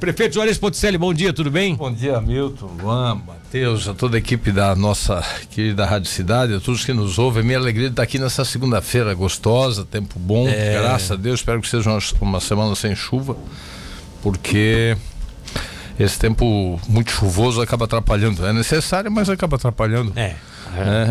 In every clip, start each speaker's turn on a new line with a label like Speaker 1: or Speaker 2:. Speaker 1: Prefeito Juarez Ponticelli, bom dia, tudo bem?
Speaker 2: Bom dia, Milton, Luan, Matheus, a toda a equipe da nossa querida Rádio Cidade, a todos que nos ouvem. É Minha alegria de estar aqui nessa segunda-feira gostosa, tempo bom, é. graças a Deus. Espero que seja uma, uma, semana sem chuva, porque esse tempo muito chuvoso acaba atrapalhando. É necessário, mas acaba atrapalhando.
Speaker 1: É.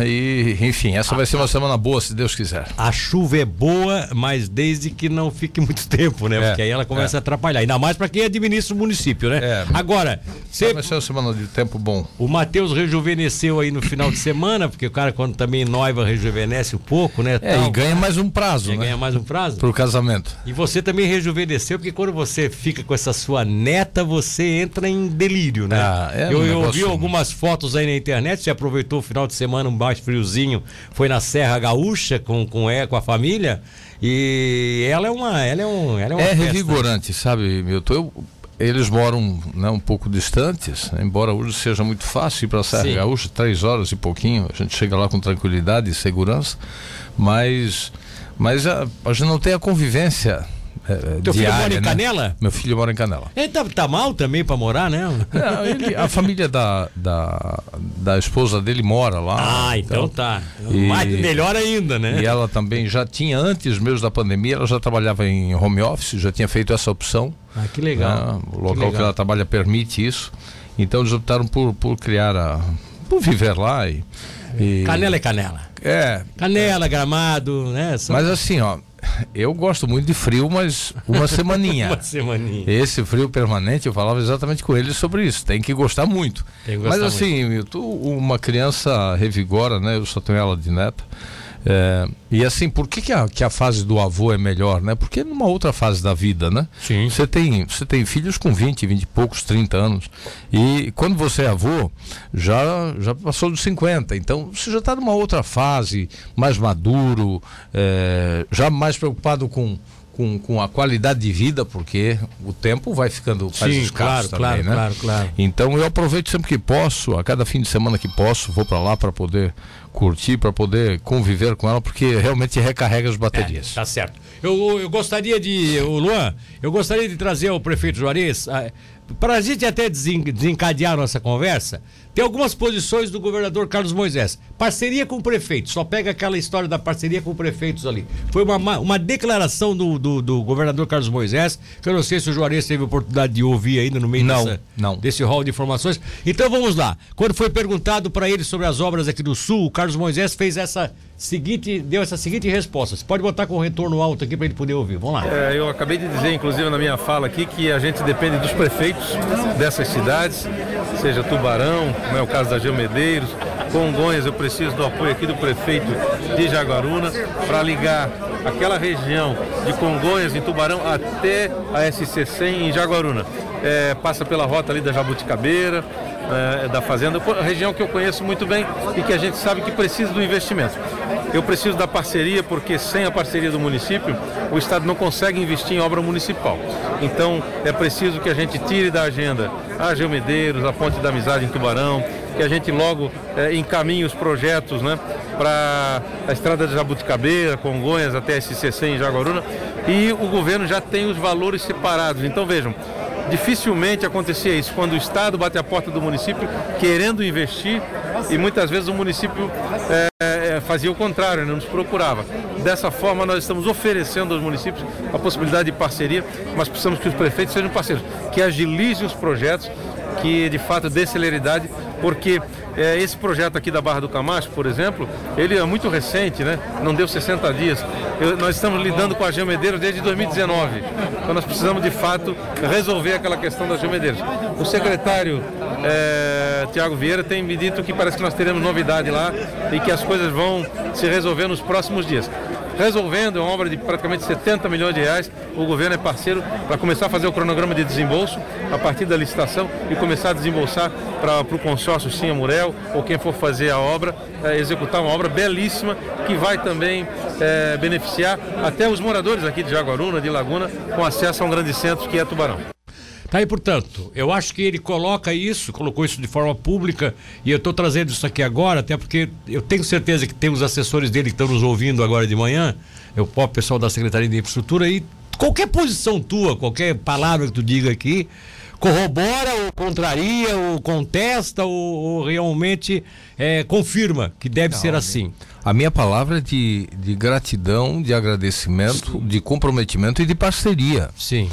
Speaker 2: É, e, enfim, essa vai ser uma semana boa, se Deus quiser.
Speaker 1: A chuva é boa, mas desde que não fique muito tempo, né?
Speaker 2: É,
Speaker 1: Porque aí ela começa
Speaker 2: é.
Speaker 1: a atrapalhar. Ainda mais para quem administra o município, né?
Speaker 2: É.
Speaker 1: Agora, cê-
Speaker 2: Vai ser uma semana de tempo bom.
Speaker 1: o Matheus rejuvenesceu aí no final de semana, porque o cara, quando também noiva, rejuvenesce um pouco, né?
Speaker 2: É, e ganha mais um prazo,
Speaker 1: Já
Speaker 2: né?
Speaker 1: ganha mais um prazo.
Speaker 2: Pro casamento.
Speaker 1: E você também rejuvenesceu, porque quando você fica com essa sua neta, você entra em delírio, né?
Speaker 2: Ah, é um
Speaker 1: eu, eu
Speaker 2: negócio-
Speaker 1: vi algumas fotos aí na internet, você aproveitou o final de semana um mais friozinho, foi na Serra Gaúcha com, com, é, com a família. E ela é uma. Ela é, um, ela é uma
Speaker 2: É
Speaker 1: festa.
Speaker 2: revigorante, sabe, Milton? Eu- eles moram né, um pouco distantes, né, embora hoje seja muito fácil ir para Serra
Speaker 1: Sim.
Speaker 2: Gaúcha, três horas e pouquinho, a gente chega lá com tranquilidade e segurança, mas, mas a, a gente não tem a convivência eh,
Speaker 1: Teu filho
Speaker 2: diária,
Speaker 1: mora em
Speaker 2: né?
Speaker 1: Canela?
Speaker 2: Meu filho mora em Canela.
Speaker 1: Ele tá, tá mal também pra morar, né?
Speaker 2: Não, ele- a família da, da, da esposa dele mora lá.
Speaker 1: Ah, então, tá.
Speaker 2: E-
Speaker 1: Mas melhor ainda, né?
Speaker 2: E ela também já tinha, antes mesmo da pandemia, ela já trabalhava em home office, já tinha feito essa opção.
Speaker 1: Ah, que legal.
Speaker 2: né? O
Speaker 1: Que
Speaker 2: local que,
Speaker 1: legal.
Speaker 2: ela trabalha permite isso. Então eles optaram por, por criar a. por viver lá e. e-
Speaker 1: Canela é canela.
Speaker 2: É.
Speaker 1: Canela, gramado, né? São
Speaker 2: Mas assim, ó, eu gosto muito de frio, mas uma semaninha.
Speaker 1: uma semaninha.
Speaker 2: Esse frio permanente, eu falava exatamente com ele sobre isso. Tem que gostar muito.
Speaker 1: Tem que gostar
Speaker 2: Mas assim, Milton, uma criança revigora, né? Eu só tenho ela de neta. É, e assim, por que, que, a, que a fase do avô é melhor, né? Porque numa outra fase da vida, né?
Speaker 1: Sim.
Speaker 2: Você tem, você tem filhos com 20, 20 e poucos, 30 anos. E quando você é avô, já, já passou dos 50. Então, você já está numa outra fase, mais maduro, é, já mais preocupado com, com, com a qualidade de vida, porque o tempo vai ficando mais
Speaker 1: Sim,
Speaker 2: escasso
Speaker 1: claro, claro,
Speaker 2: também, né?
Speaker 1: claro, claro.
Speaker 2: Então, eu aproveito sempre que posso, a cada fim de semana que posso, vou para lá para poder curtir, para poder conviver com ela, porque realmente recarrega as baterias.
Speaker 1: Tá certo. Eu, eu gostaria de, o Luan, eu gostaria de trazer ao prefeito Juarez, para a gente até desen- desencadear nossa conversa, tem algumas posições do governador Carlos Moisés. Parceria com o prefeito, só pega aquela história da parceria com prefeitos ali. Foi uma, ma- uma declaração do, do, do governador Carlos Moisés, que eu não sei se o Juarez teve oportunidade de ouvir ainda no meio
Speaker 2: Não,
Speaker 1: dessa-
Speaker 2: não.
Speaker 1: desse hall de informações. Então vamos lá. Quando foi perguntado para ele sobre as obras aqui do Sul, o Carlos Moisés fez essa seguinte, deu essa seguinte resposta. Você pode botar com retorno alto aqui para ele poder ouvir. Vamos lá.
Speaker 3: É, eu acabei de dizer, inclusive, na minha fala aqui, que a gente depende dos prefeitos dessas cidades, seja Tubarão, como é o caso da Geomedeiros, Congonhas, eu preciso do apoio aqui do prefeito de Jaguaruna para ligar aquela região de Congonhas, em Tubarão, até a SC100 em Jaguaruna. É, passa pela rota ali da Jabuticabeira, é, da Fazenda, pô, região que eu conheço muito bem e que a gente sabe que precisa do investimento. Eu preciso da parceria, porque sem a parceria do município, o Estado não consegue investir em obra municipal. Então, é preciso que a gente tire da agenda a Geomedeiros, a Ponte da Amizade em Tubarão, que a gente logo eh, encaminhe os projetos né, para a Estrada de Jabuticabeira, Congonhas, até SC100 em Jaguaruna. E o governo já tem os valores separados. Então, vejam, Dificilmente acontecia isso, quando o Estado bate a porta do município querendo investir e muitas vezes o município eh, eh, fazia o contrário, né, nos procurava. Dessa forma, nós estamos oferecendo aos municípios a possibilidade de parceria, mas precisamos que os prefeitos sejam parceiros, que agilizem os projetos, que de fato dê celeridade, porque eh, esse projeto aqui da Barra do Camacho, por exemplo, ele é muito recente, né? não deu 60 dias. Eu- nós estamos lidando com a Gemedeiros desde 2019. Então nós precisamos de fato resolver aquela questão das gemedeiras. O secretário eh, Tiago Vieira tem me dito que parece que nós teremos novidade lá e que as coisas vão se resolver nos próximos dias. Resolvendo, é uma obra de praticamente 70 milhões de reais. O governo é parceiro para começar a fazer o cronograma de desembolso a partir da licitação e começar a desembolsar para o consórcio Sim Murel ou quem for fazer a obra, eh, executar uma obra belíssima que vai também eh, beneficiar até os moradores aqui de Jaguaruna, de Laguna, com acesso a um grande centro que é Tubarão.
Speaker 1: Tá aí, portanto, eu acho que ele coloca isso, colocou isso de forma pública, e eu estou trazendo isso aqui agora, até porque eu tenho certeza que tem os assessores dele que estão nos ouvindo agora de manhã, é o próprio pessoal da Secretaria de Infraestrutura, e qualquer posição tua, qualquer palavra que tu diga aqui, corrobora ou contraria ou contesta ou, ou realmente é, confirma que deve ser assim.
Speaker 2: A minha palavra é de, de gratidão, de agradecimento, de comprometimento e de parceria.
Speaker 1: Sim.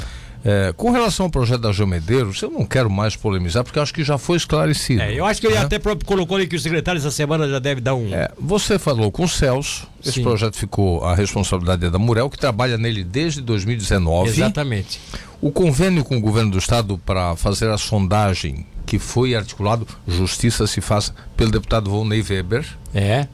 Speaker 2: É, com relação ao projeto da Geomedeiros, eu não quero mais polemizar, porque eu acho que já foi esclarecido.
Speaker 1: É, eu acho que ele
Speaker 2: né?
Speaker 1: até próprio colocou ali que o secretário essa semana já deve dar um.
Speaker 2: É, você falou com o Celso, esse
Speaker 1: Sim.
Speaker 2: projeto ficou, a responsabilidade é da Murel, que trabalha nele desde 2019.
Speaker 1: Exatamente.
Speaker 2: O convênio com o governo do estado para fazer a sondagem que foi articulado, justiça se faz pelo deputado Volney Weber,
Speaker 1: É.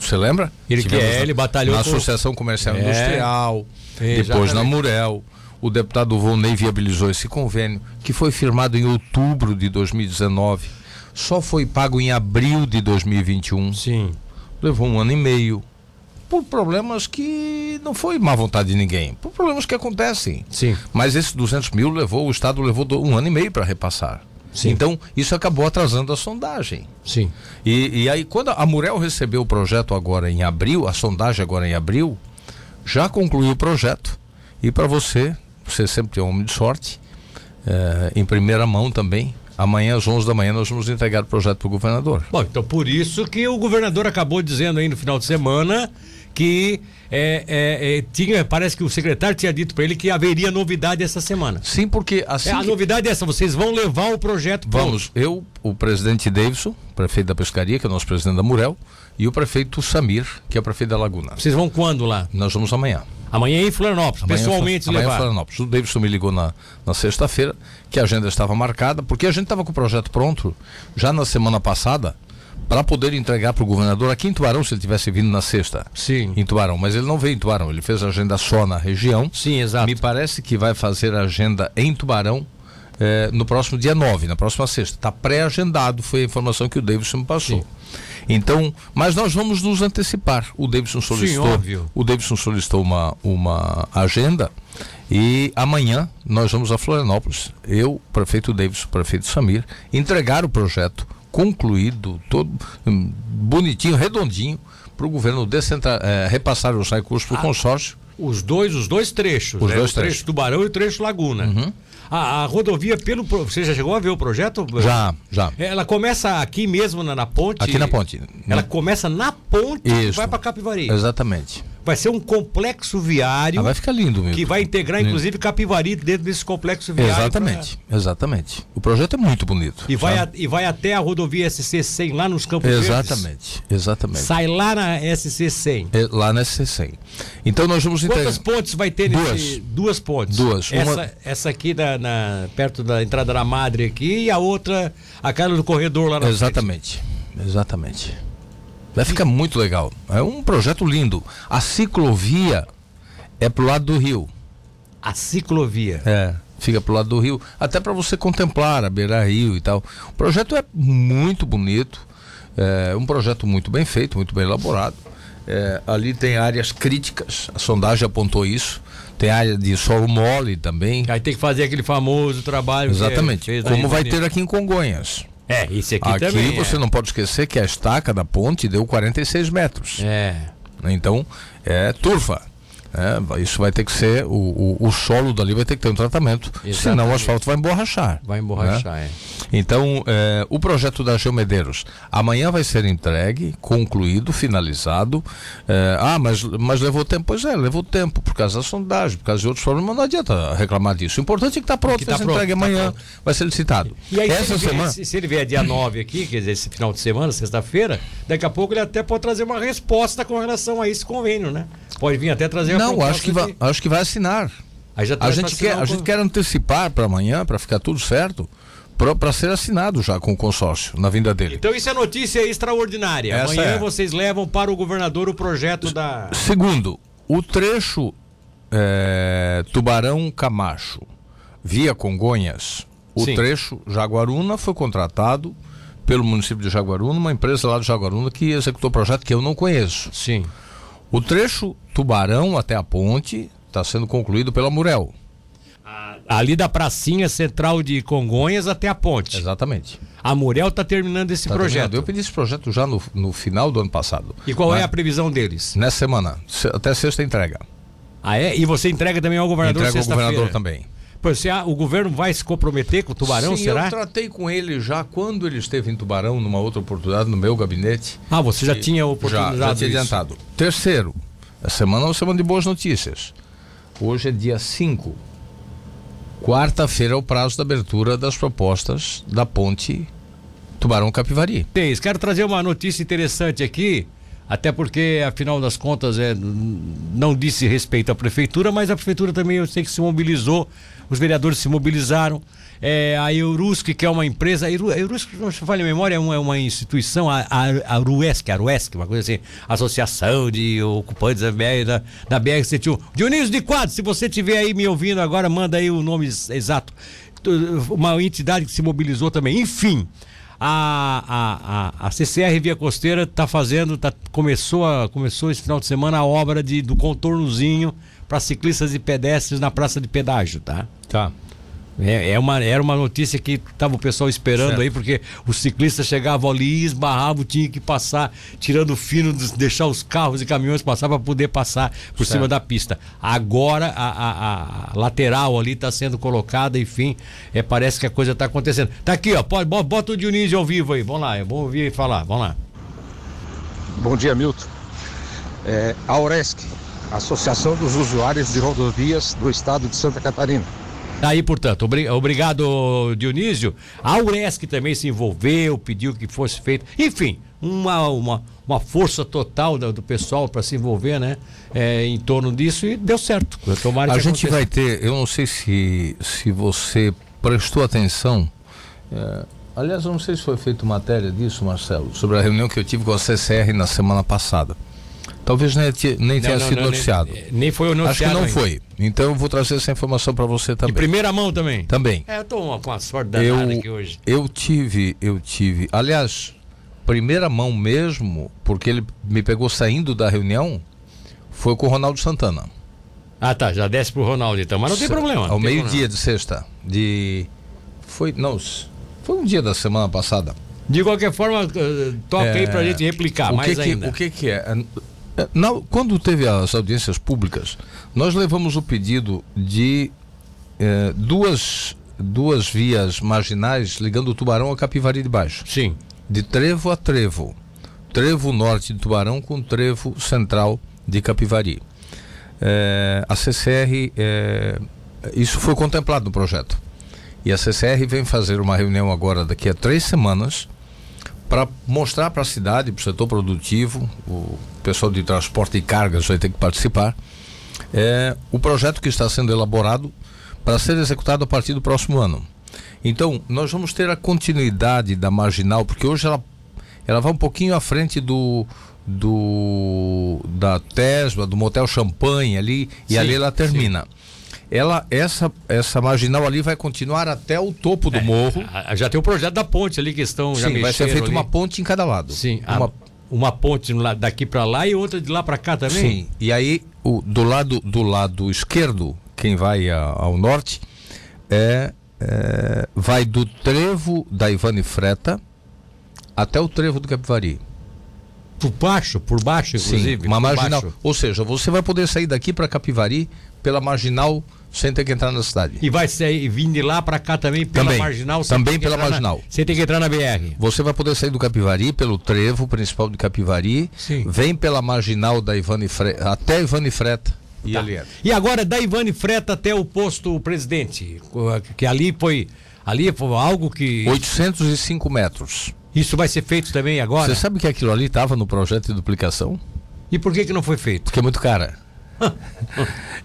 Speaker 2: você lembra?
Speaker 1: Ele que
Speaker 2: Tivemos
Speaker 1: é,
Speaker 2: na-
Speaker 1: ele batalhou
Speaker 2: na
Speaker 1: com-
Speaker 2: Associação Comercial
Speaker 1: É.
Speaker 2: Industrial, depois
Speaker 1: Exatamente.
Speaker 2: na Murel. O deputado Volney viabilizou esse convênio, que foi firmado em outubro de 2019, só foi pago em abril de 2021
Speaker 1: Sim.
Speaker 2: levou um ano e meio por problemas que não foi má vontade de ninguém, por problemas que acontecem.
Speaker 1: Sim.
Speaker 2: Mas esses 200 mil levou, o Estado levou do- um ano e meio para repassar.
Speaker 1: Sim.
Speaker 2: Então, isso acabou atrasando a sondagem.
Speaker 1: Sim.
Speaker 2: E, e aí, quando a Murel recebeu o projeto agora em abril, a sondagem agora em abril, já concluiu o projeto. E para você, você sempre é um homem de sorte, eh, em primeira mão também, amanhã às 11 da manhã nós vamos entregar o projeto para o governador.
Speaker 1: Bom, então por isso que o governador acabou dizendo aí no final de semana que é, é, é, tinha, parece que o secretário tinha dito para ele que haveria novidade essa semana.
Speaker 2: Sim, porque assim.
Speaker 1: É, a
Speaker 2: que-
Speaker 1: novidade é essa, vocês vão levar o projeto pro-
Speaker 2: Vamos, eu, o presidente Davidson, prefeito da Pescaria, que é o nosso presidente da Murel, e o prefeito Samir, que é o prefeito da Laguna.
Speaker 1: Vocês vão quando lá?
Speaker 2: Nós vamos amanhã.
Speaker 1: Amanhã em Florianópolis,
Speaker 2: Amanhã
Speaker 1: pessoalmente
Speaker 2: eu fa- amanhã
Speaker 1: levar.
Speaker 2: eu falo em Florianópolis. O Davidson me ligou na, na sexta-feira, que a agenda estava marcada, porque a gente estava com o projeto pronto já na semana passada, para poder entregar para o governador aqui em Tubarão, se ele tivesse vindo na sexta.
Speaker 1: Sim.
Speaker 2: Em Tubarão, mas ele não veio em Tubarão, ele fez a agenda só na região.
Speaker 1: Sim, exato.
Speaker 2: Me parece que vai fazer a agenda em Tubarão eh, no próximo dia 9, na próxima sexta. Está pré-agendado, foi a informação que o Davidson me passou. Então, mas nós vamos nos antecipar. O Davidson solicitou,
Speaker 1: óbvio.
Speaker 2: o Davidson solicitou uma, uma agenda e amanhã nós vamos a Florianópolis. Eu, prefeito Davidson, prefeito Samir, entregar o projeto concluído, todo hum, bonitinho, redondinho, para o governo descentra- eh, repassar os recursos
Speaker 1: Ah.
Speaker 2: para o consórcio.
Speaker 1: Os dois, os dois trechos. né?
Speaker 2: Os dois
Speaker 1: o trecho
Speaker 2: trechos. Uhum.
Speaker 1: Tubarão e o trecho Laguna. A, a rodovia pelo. pro- Você já chegou a ver o projeto?
Speaker 2: Já, já.
Speaker 1: Ela começa aqui mesmo na, na ponte.
Speaker 2: Aqui na ponte.
Speaker 1: Ela começa na ponte e
Speaker 2: Isso.
Speaker 1: vai para Capivari.
Speaker 2: Exatamente.
Speaker 1: Vai ser um complexo viário
Speaker 2: Ah, vai ficar lindo mesmo.
Speaker 1: que vai integrar, inclusive, Capivari dentro desse complexo viário.
Speaker 2: Exatamente, exatamente. O projeto é muito bonito.
Speaker 1: pra- e, vai
Speaker 2: sabe?
Speaker 1: a- e vai até a rodovia SC100 lá nos Campos Verdes.
Speaker 2: Exatamente, exatamente.
Speaker 1: Sai lá na SC100.
Speaker 2: É, lá na SC100. Então nós vamos entregar.
Speaker 1: Quantas pontes vai ter nesse. Duas pontes.
Speaker 2: Duas. Uma-
Speaker 1: Essa, essa aqui da, na, perto da entrada da Madre aqui e a outra, aquela do corredor lá na
Speaker 2: Exatamente, exatamente. Vai ficar muito legal. É um projeto lindo. A ciclovia é pro lado do rio.
Speaker 1: frente. A ciclovia.
Speaker 2: É. Fica pro lado do rio, até para você contemplar a beira rio e tal. O projeto é muito bonito, é um projeto muito bem feito, muito bem elaborado. É, ali tem áreas críticas, a sondagem apontou isso. Tem área de solo mole também.
Speaker 1: Aí tem que fazer aquele famoso trabalho. que
Speaker 2: Exatamente.
Speaker 1: fez aí
Speaker 2: Como
Speaker 1: no
Speaker 2: vai
Speaker 1: Rio.
Speaker 2: ter aqui em Congonhas.
Speaker 1: É, esse aqui,
Speaker 2: Aqui
Speaker 1: também.
Speaker 2: você
Speaker 1: é.
Speaker 2: não pode esquecer que a estaca da ponte deu 46 metros.
Speaker 1: É.
Speaker 2: Então, é turfa. É, vai- isso vai ter que ser, o, o, o solo dali vai ter que ter um tratamento, senão o
Speaker 1: Exatamente.
Speaker 2: asfalto vai emborrachar. né?
Speaker 1: Vai emborrachar, é.
Speaker 2: Então, é, o projeto da Geomedeiros amanhã vai ser entregue, concluído, finalizado. É, ah, mas, mas levou tempo. Pois é, levou tempo, por causa da sondagem, por causa de outros problemas, não adianta reclamar disso. O importante é que está pronto,
Speaker 1: Que tá
Speaker 2: vai ser
Speaker 1: pronto,
Speaker 2: entregue
Speaker 1: tá
Speaker 2: amanhã, vai ser licitado.
Speaker 1: E aí, se,
Speaker 2: Essa
Speaker 1: ele vier,
Speaker 2: semana.
Speaker 1: se, se ele vier dia 9 aqui, quer dizer, esse final de semana, sexta-feira, daqui a pouco ele até pode trazer uma resposta com relação a esse convênio, né? Pode vir até trazer a
Speaker 2: Não,
Speaker 1: proposta
Speaker 2: acho que,
Speaker 1: de-
Speaker 2: vai, acho que vai assinar.
Speaker 1: Aí já tá
Speaker 2: A
Speaker 1: traz pra
Speaker 2: gente, quer,
Speaker 1: assinar o
Speaker 2: a gente
Speaker 1: con-
Speaker 2: quer antecipar para amanhã, para ficar tudo certo, para ser assinado já com o consórcio, na vinda dele.
Speaker 1: Então isso é notícia extraordinária.
Speaker 2: Essa
Speaker 1: Amanhã
Speaker 2: é.
Speaker 1: vocês levam para o governador o projeto da.
Speaker 2: Segundo, o trecho eh, Tubarão Camacho via Congonhas, o
Speaker 1: Sim.
Speaker 2: trecho Jaguaruna foi contratado pelo município de Jaguaruna, uma empresa lá de Jaguaruna que executou o projeto que eu não conheço.
Speaker 1: Sim.
Speaker 2: O trecho Tubarão até a ponte está sendo concluído pela Murel.
Speaker 1: Ali da pracinha central de Congonhas até a ponte.
Speaker 2: Exatamente.
Speaker 1: A Murel está terminando esse
Speaker 2: Tá
Speaker 1: projeto.
Speaker 2: terminado. Eu pedi esse projeto já no, no final do ano passado.
Speaker 1: E qual é
Speaker 2: Né?
Speaker 1: a previsão deles?
Speaker 2: Nessa semana, se- até sexta entrega.
Speaker 1: Ah, é? E você entrega também ao governador
Speaker 2: Entrega ao
Speaker 1: sexta-feira?
Speaker 2: governador também.
Speaker 1: Você, ah, o governo vai se comprometer com o Tubarão,
Speaker 2: Sim,
Speaker 1: será?
Speaker 2: eu tratei com ele já quando ele esteve em Tubarão, numa outra oportunidade, no meu gabinete.
Speaker 1: Ah, você já
Speaker 2: E-
Speaker 1: tinha
Speaker 2: Já,
Speaker 1: oportunidade
Speaker 2: já tinha
Speaker 1: disso.
Speaker 2: adiantado. Terceiro, a semana é uma semana de boas notícias. Hoje é dia 5. Quarta-feira é o prazo da abertura das propostas da ponte Tubarão Capivari.
Speaker 1: Tens, quero trazer uma notícia interessante aqui, até porque, afinal das contas, é, n- não disse respeito à prefeitura, mas a prefeitura também eu sei que se mobilizou, os vereadores se mobilizaram. É, a Eurusk, que é uma empresa, a Eru- a Eurusk, não se falha a memória, é uma, é uma instituição, a, a, a Ruesc, a Ruesc, uma coisa assim, Associação de Ocupantes da, BR da, da BR-71. Dionísio de Quadros, se você estiver aí me ouvindo agora, manda aí o nome ex- exato. Tu- Uma entidade que se mobilizou também. Enfim, a, a, a, a CCR Via Costeira está fazendo, tá, começou, a- começou esse final de semana a obra de, do contornozinho para ciclistas e pedestres na praça de pedágio, tá?
Speaker 2: Tá.
Speaker 1: É, é uma, era uma notícia que tava o pessoal esperando
Speaker 2: Certo.
Speaker 1: aí, porque os ciclistas chegavam ali, esbarravam, tinha que passar, tirando o fino, des- deixar os carros e caminhões passar para poder passar por
Speaker 2: Certo.
Speaker 1: cima da pista. Agora a, a- a- a lateral ali está sendo colocada, enfim, é, parece que a coisa está acontecendo. Tá aqui, ó, pode, bo- bota o Dionísio ao vivo aí, vamos lá, eu vou ouvir ele falar, vamos lá.
Speaker 4: Bom dia, Milton. É, a Oresc, Associação dos Usuários de Rodovias do Estado de Santa Catarina.
Speaker 1: Tá aí, portanto, obri- obrigado, Dionísio. A Uresc também se envolveu, pediu que fosse feito. Enfim, uma, uma, uma força total da- do, pessoal para se envolver, né? é, em torno disso e deu certo. Tomara
Speaker 2: A
Speaker 1: que
Speaker 2: gente
Speaker 1: aconteça.
Speaker 2: vai ter, eu não sei se, se você prestou atenção. é, aliás, eu não sei se foi feita matéria disso, Marcelo, sobre a reunião que eu tive com a CCR na semana passada. Talvez nem, ti- nem
Speaker 1: Não,
Speaker 2: tenha
Speaker 1: não,
Speaker 2: sido
Speaker 1: não,
Speaker 2: assim noticiado.
Speaker 1: Nem, nem foi noticiado.
Speaker 2: Acho que não
Speaker 1: ainda.
Speaker 2: foi. Então eu vou trazer essa informação para você
Speaker 1: Em
Speaker 2: também.
Speaker 1: primeira mão também.
Speaker 2: Também.
Speaker 1: É, eu tô uma- com uma sorte É danada
Speaker 2: Eu,
Speaker 1: aqui hoje.
Speaker 2: eu tive, eu tive. Aliás, primeira mão mesmo, porque ele me pegou saindo da reunião, foi com o Ronaldo Santana.
Speaker 1: Ah, tá, já desce pro Ronaldo então, mas não tem
Speaker 2: Se-
Speaker 1: problema. não
Speaker 2: Ao
Speaker 1: tem
Speaker 2: meio-dia
Speaker 1: problema.
Speaker 2: de sexta. De. Foi. Não, s- foi um dia da semana passada.
Speaker 1: De qualquer forma, eh, toca aí pra
Speaker 2: É,
Speaker 1: gente replicar,
Speaker 2: o
Speaker 1: Ah, mais
Speaker 2: que que,
Speaker 1: ainda.
Speaker 2: O que, que é? É, é, na- quando teve as audiências públicas, nós levamos o pedido de eh, duas, duas vias marginais ligando o Tubarão a Capivari de Baixo.
Speaker 1: Sim.
Speaker 2: De trevo a trevo. Trevo norte de Tubarão com trevo central de Capivari. É, a CCR, é, isso foi contemplado no projeto. E a CCR vem fazer uma reunião agora, daqui a três semanas, para mostrar para a cidade, para o setor produtivo, o pessoal de transporte e cargas vai ter que participar, é, o projeto que está sendo elaborado para ser executado a partir do próximo ano. Então, nós vamos ter a continuidade da marginal, porque hoje ela, ela vai um pouquinho à frente do, do da Tesla, do Motel Champanhe ali, e
Speaker 1: Sim,
Speaker 2: ali ela termina. Ela, essa, essa marginal ali vai continuar até o topo do morro.
Speaker 1: Ah, Já tem o projeto da ponte ali que estão já
Speaker 2: Sim, vai ser
Speaker 1: mexeram
Speaker 2: feita
Speaker 1: ali.
Speaker 2: uma ponte em cada lado.
Speaker 1: Sim, ah, tá a-
Speaker 2: uma
Speaker 1: uma, ponte lá- daqui pra lá e outra de lá pra cá também?
Speaker 2: Sim. E aí, o, do, lado, do lado esquerdo, quem vai a- ao norte, é, é, vai do trevo da Ivane Freta até o trevo do Capivari.
Speaker 1: Por baixo, por baixo, inclusive.
Speaker 2: uma
Speaker 1: por
Speaker 2: marginal.
Speaker 1: baixo.
Speaker 2: Ou seja, você vai poder sair daqui para Capivari pela marginal sem ter que entrar na cidade.
Speaker 1: E vai sair e vir de lá pra cá também pela
Speaker 2: Também.
Speaker 1: marginal. você
Speaker 2: Também
Speaker 1: tem que
Speaker 2: pela
Speaker 1: entrar na-
Speaker 2: marginal.
Speaker 1: Você tem que entrar na BR.
Speaker 2: Você vai poder sair do Capivari pelo trevo principal de Capivari,
Speaker 1: Sim.
Speaker 2: vem pela marginal da Ivane Freta, até Ivane Freta e
Speaker 1: Tá.
Speaker 2: ali é.
Speaker 1: E agora da Ivane Freta até o posto presidente, que ali foi ali foi algo que
Speaker 2: 805 metros.
Speaker 1: isso vai ser feito também agora.
Speaker 2: Você sabe que aquilo ali estava no projeto de duplicação?
Speaker 1: E por que que não foi feito?
Speaker 2: Porque é muito cara.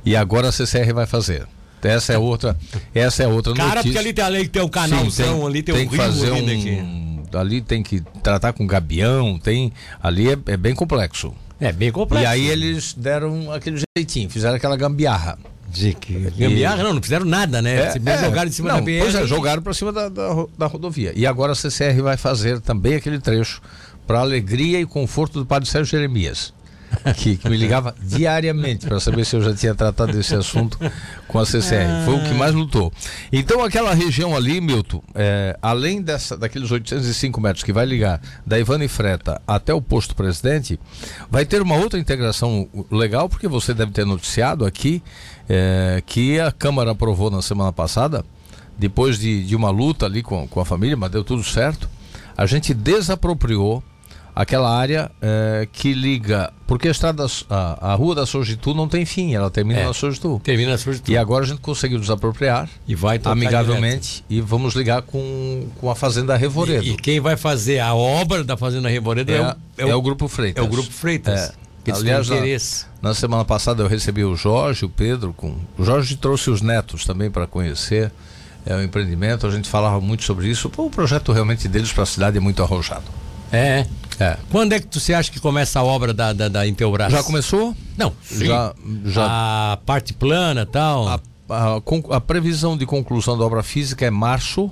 Speaker 2: e agora a CCR vai fazer. Essa é outra, essa é outra
Speaker 1: Cara, porque
Speaker 2: notícia.
Speaker 1: ali tem ali tem o
Speaker 2: Sim,
Speaker 1: canalzão, ali tem,
Speaker 2: tem
Speaker 1: um
Speaker 2: que
Speaker 1: rio
Speaker 2: fazer
Speaker 1: ainda aqui.
Speaker 2: um, ali tem que tratar com gabião, tem ali é, é bem complexo.
Speaker 1: É bem complexo.
Speaker 2: E aí eles deram aquele jeitinho, fizeram aquela gambiarra.
Speaker 1: De que... Gambiarra não, não fizeram nada, né? Se bem jogaram em cima
Speaker 2: É, não,
Speaker 1: da BR.
Speaker 2: Pois é, jogaram para cima da, da, ro- da rodovia. E agora a CCR vai fazer também aquele trecho para alegria e conforto do padre Sérgio Jeremias. Que, que me ligava diariamente para saber se eu já tinha tratado desse assunto com a CCR. Foi o que mais lutou. Então, aquela região ali, Milton, é, além dessa, daqueles 805 metros que vai ligar da Ivana e Freta até o posto presidente, vai ter uma outra integração legal, porque você deve ter noticiado aqui é, que a Câmara aprovou na semana passada, depois de, de uma luta ali com, com a família, mas deu tudo certo, a gente desapropriou aquela área é, que liga. Porque a estrada, a, a rua da Sojitu não tem fim, ela termina
Speaker 1: É.
Speaker 2: na Sojitu.
Speaker 1: Termina a surto.
Speaker 2: E agora a gente conseguiu desapropriar
Speaker 1: E vai tocar
Speaker 2: amigavelmente e vamos ligar com, com a Fazenda Revoredo.
Speaker 1: E, e quem vai fazer a obra da Fazenda Reboreda
Speaker 2: é,
Speaker 1: é, o-
Speaker 2: é o, Grupo Freitas.
Speaker 1: é o Grupo Freitas.
Speaker 2: É.
Speaker 1: Que eles têm
Speaker 2: Aliás, na,
Speaker 1: interesse.
Speaker 2: na semana passada eu recebi o Jorge, o Pedro. Com, o Jorge trouxe os netos também para conhecer é, o empreendimento. A gente falava muito sobre isso. Pô, o projeto realmente deles para a cidade é muito arrojado.
Speaker 1: É.
Speaker 2: É.
Speaker 1: Quando é que tu- você acha que começa a obra da, da, da Intelbras?
Speaker 2: Já começou?
Speaker 1: Não, sim. Ah,
Speaker 2: Já, já
Speaker 1: A parte plana e tal.
Speaker 2: A, a con- a previsão de conclusão da obra física é março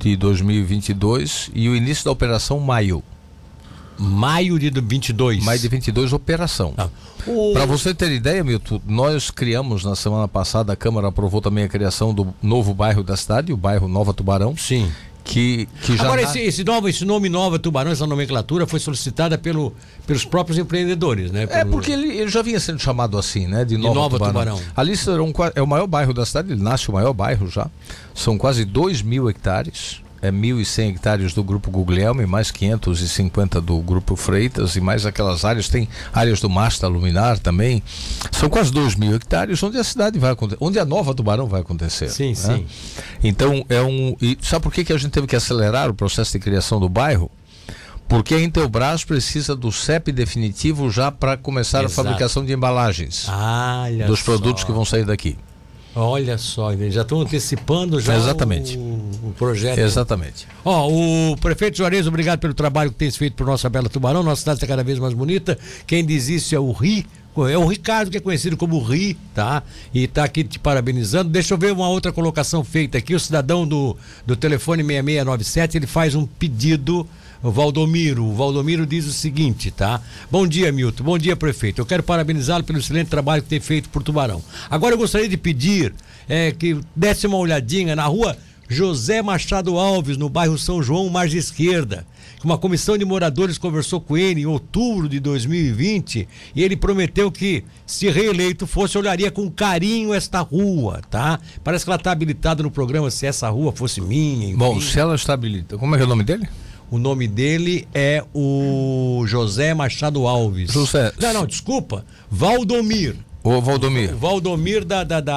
Speaker 2: de 2022 e o início da operação maio.
Speaker 1: Maio de do- 22.
Speaker 2: Maio de 22, operação.
Speaker 1: Tá. O-
Speaker 2: Para você ter ideia, Milton, nós criamos na semana passada, a Câmara aprovou também a criação do novo bairro da cidade, o bairro Nova Tubarão,
Speaker 1: Sim.
Speaker 2: que, que já.
Speaker 1: Agora,
Speaker 2: na-
Speaker 1: esse, esse novo, esse nome Nova Tubarão, essa nomenclatura foi solicitada pelo, pelos próprios empreendedores, né?
Speaker 2: É
Speaker 1: Pelo-
Speaker 2: porque ele, ele já vinha sendo chamado assim, né? De Nova,
Speaker 1: Nova
Speaker 2: Tubarão.
Speaker 1: Tubarão.
Speaker 2: Ali serão qua- é o maior bairro da cidade, ele nasce o maior bairro já. São quase 2 mil hectares. É 1.100 hectares do Grupo Guglielmo e mais 550 do Grupo Freitas e mais aquelas áreas. Tem áreas do Masta Luminar também. São quase 2 mil hectares onde a cidade vai acontecer, onde a Nova Tubarão vai acontecer.
Speaker 1: Sim,
Speaker 2: né?
Speaker 1: sim.
Speaker 2: Então, é um. E sabe por que, que a gente teve que acelerar o processo de criação do bairro? Porque a Intelbras precisa do CEP definitivo já para começar
Speaker 1: Exato. Ah,
Speaker 2: a fabricação de embalagens
Speaker 1: Olha
Speaker 2: dos
Speaker 1: só.
Speaker 2: produtos que vão sair daqui.
Speaker 1: Olha só, gente, já estão antecipando já
Speaker 2: Exatamente.
Speaker 1: O, o projeto.
Speaker 2: Exatamente.
Speaker 1: Ó, o prefeito Juarez, obrigado pelo trabalho que tem feito para nossa bela Tubarão. Nossa cidade está cada vez mais bonita. Quem diz isso é o Ri. É o Ricardo, que é conhecido como Ri, tá? E tá aqui te parabenizando. Deixa eu ver uma outra colocação feita aqui. O cidadão do, do telefone 6697, ele faz um pedido. O Valdomiro, o Valdomiro diz o seguinte, tá? Bom dia, Milton. Bom dia, prefeito. Eu quero parabenizá-lo pelo excelente trabalho que tem feito por Tubarão. Agora eu gostaria de pedir eh, que desse uma olhadinha na rua José Machado Alves, no bairro São João, margem esquerda. Uma comissão de moradores conversou com ele em outubro de 2020 e ele prometeu que, se reeleito fosse, olharia com carinho esta rua, tá? Parece que ela está habilitada no programa Se Essa Rua Fosse Minha. enfim.
Speaker 2: Bom, se ela está habilitada. Como é que é o nome dele?
Speaker 1: o nome dele é o José Machado Alves.
Speaker 2: José.
Speaker 1: Não, não, desculpa. Valdomir.
Speaker 2: Ô, Valdomir.
Speaker 1: Valdomir da, da, da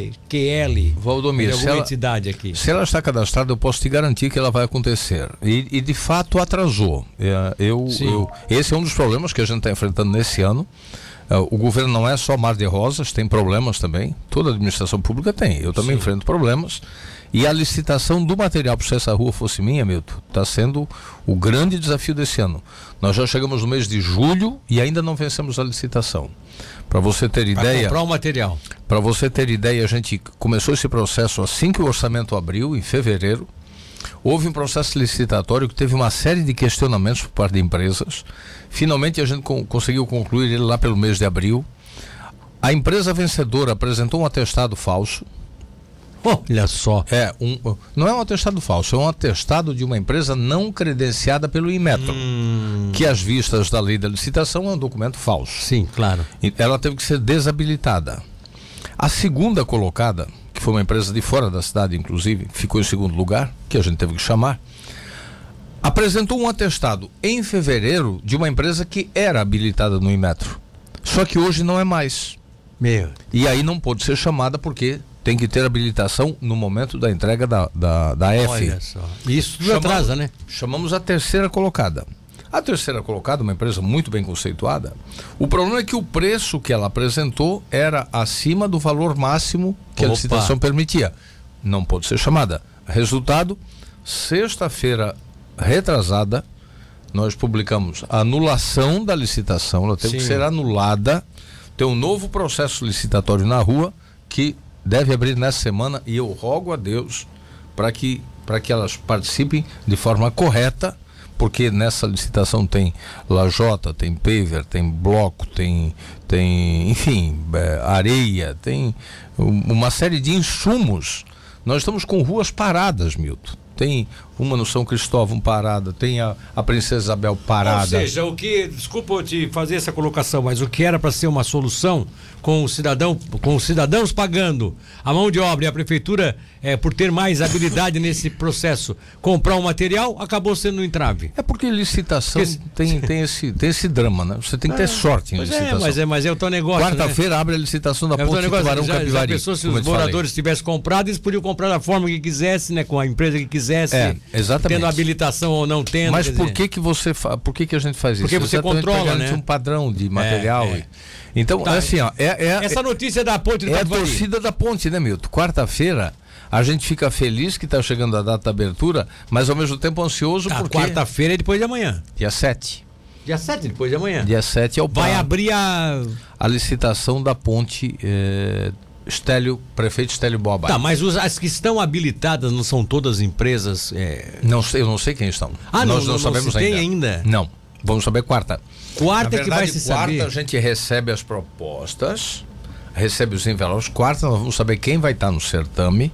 Speaker 1: AVQL.
Speaker 2: Valdomiro,
Speaker 1: De
Speaker 2: se
Speaker 1: alguma
Speaker 2: ela-
Speaker 1: entidade aqui.
Speaker 2: Se ela está cadastrada, eu posso te garantir que ela vai acontecer. E, e, de fato atrasou. É, eu,
Speaker 1: Sim.
Speaker 2: eu- esse é um dos problemas que a gente está enfrentando nesse ano. É, O governo não é só mar de rosas, tem problemas também. Toda administração pública tem. Eu também enfrento problemas. E a licitação do material para se essa rua fosse minha, Milton, está sendo o grande desafio desse ano. Nós já chegamos no mês de julho e ainda não vencemos a licitação. Para você ter
Speaker 1: Pra
Speaker 2: ideia.
Speaker 1: comprar o material.
Speaker 2: Para você ter ideia, a gente começou esse processo assim que o orçamento abriu, em fevereiro. Houve um processo licitatório que teve uma série de questionamentos por parte de empresas. Finalmente, a gente con- conseguiu concluir ele lá pelo mês de abril. A empresa vencedora apresentou um atestado falso.
Speaker 1: Olha só.
Speaker 2: É, um, não é um atestado falso, é um atestado de uma empresa não credenciada pelo Inmetro, que às vistas da lei da licitação é um documento falso.
Speaker 1: Sim, claro.
Speaker 2: E Ela teve que ser desabilitada. A segunda colocada, que foi uma empresa de fora da cidade, inclusive, ficou em segundo lugar, que a gente teve que chamar, apresentou um atestado em fevereiro de uma empresa que era habilitada no Inmetro. Só que hoje não é mais.
Speaker 1: Meu.
Speaker 2: E aí não pôde ser chamada porque tem que ter habilitação no momento da entrega da, da, da F.
Speaker 1: Olha só. Isso tudo
Speaker 2: Chamamos-
Speaker 1: atrasa, né?
Speaker 2: Chamamos a terceira colocada. A terceira colocada, uma empresa muito bem conceituada, o problema é que o preço que ela apresentou era acima do valor máximo que
Speaker 1: Opa.
Speaker 2: a licitação permitia. Não pôde ser chamada. Resultado, sexta-feira retrasada, nós publicamos a anulação da licitação, ela teve que
Speaker 1: Sim.
Speaker 2: ser anulada, tem um novo processo licitatório na rua que deve abrir nessa semana e eu rogo a Deus para que, pra que elas participem de forma correta, porque nessa licitação tem lajota, tem paver, tem bloco, tem, tem enfim, eh, areia, tem um- uma série de insumos. Nós estamos com ruas paradas, Milton. Tem uma no São Cristóvão parada, tem a, a Princesa Isabel parada. Ou
Speaker 1: seja, o que, desculpa eu te fazer essa colocação, mas o que era para ser uma solução com o cidadão, com os cidadãos pagando a mão de obra e a prefeitura é, por ter mais habilidade nesse processo, comprar o um material, acabou sendo um entrave.
Speaker 2: É porque licitação esse... tem, tem, esse, tem esse drama, né? Você tem que ter é, sorte em licitação.
Speaker 1: É, mas é, mas é o teu negócio.
Speaker 2: Quarta-feira
Speaker 1: né?
Speaker 2: abre a licitação da é Ponte negócio, Tubarão
Speaker 1: assim,
Speaker 2: é
Speaker 1: já,
Speaker 2: Capivari.
Speaker 1: Já pensou, se os moradores tivessem comprado, eles podiam comprar da forma que quisesse, né? Com a empresa que quisesse. É.
Speaker 2: Exatamente.
Speaker 1: Tendo habilitação ou não tendo.
Speaker 2: Mas por que que você fa... por que que a gente faz isso?
Speaker 1: Porque você
Speaker 2: Exatamente
Speaker 1: controla, né?
Speaker 2: um padrão de material. É, é. E... Então, tá, assim, ó, é, é,
Speaker 1: essa notícia da ponte
Speaker 2: é a torcida da ponte, né, Milton? Quarta-feira a gente fica feliz que está chegando a data da abertura, mas ao mesmo tempo ansioso tá, porque
Speaker 1: quarta-feira é depois de amanhã.
Speaker 2: Dia 7.
Speaker 1: Dia 7, depois de amanhã.
Speaker 2: Dia 7 é o
Speaker 1: Vai pra... abrir a
Speaker 2: a licitação da ponte eh... Estélio, prefeito Estélio Boba.
Speaker 1: Tá, mas os, as que estão habilitadas não são todas empresas. É...
Speaker 2: Não sei, eu não sei quem estão.
Speaker 1: Ah, Nós não, não, não sabemos não ainda. ainda.
Speaker 2: Não. Vamos saber quarta.
Speaker 1: Quarta verdade, é que vai se
Speaker 2: quarta
Speaker 1: saber.
Speaker 2: Quarta a gente recebe as propostas, recebe os envelopes. Quarta nós vamos saber quem vai estar no certame.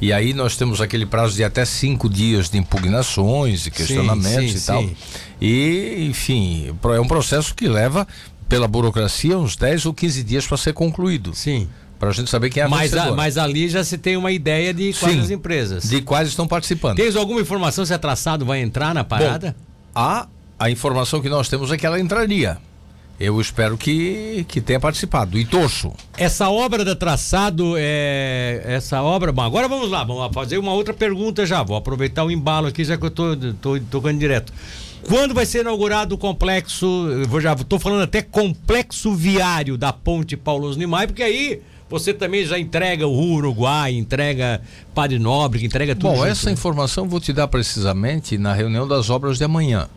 Speaker 2: E aí nós temos aquele prazo de até cinco dias de impugnações e questionamentos sim, sim, e tal. Sim. E, enfim, é um processo que leva, pela burocracia, uns 10 ou 15 dias para ser concluído.
Speaker 1: Sim
Speaker 2: para a gente saber quem é a
Speaker 1: mas,
Speaker 2: a,
Speaker 1: mas ali já se tem uma ideia de quais Sim, as empresas.
Speaker 2: De quais estão participando.
Speaker 1: Tens alguma informação se a traçado vai entrar na parada?
Speaker 2: Bom, a, a informação que nós temos é que ela entraria. Eu espero que, que tenha participado. E torço.
Speaker 1: Essa obra da traçado é. Essa obra. Bom, agora vamos lá, vamos fazer uma outra pergunta já. Vou aproveitar o embalo aqui, já que eu estou tô, tô tocando direto. Quando vai ser inaugurado o complexo? Eu já estou falando até complexo viário da Ponte Paulo Nimai, porque aí você também já entrega o Rio Uruguai, entrega Padre Nobre, entrega tudo.
Speaker 2: Bom,
Speaker 1: junto,
Speaker 2: essa né? informação vou te dar precisamente na reunião das obras de amanhã.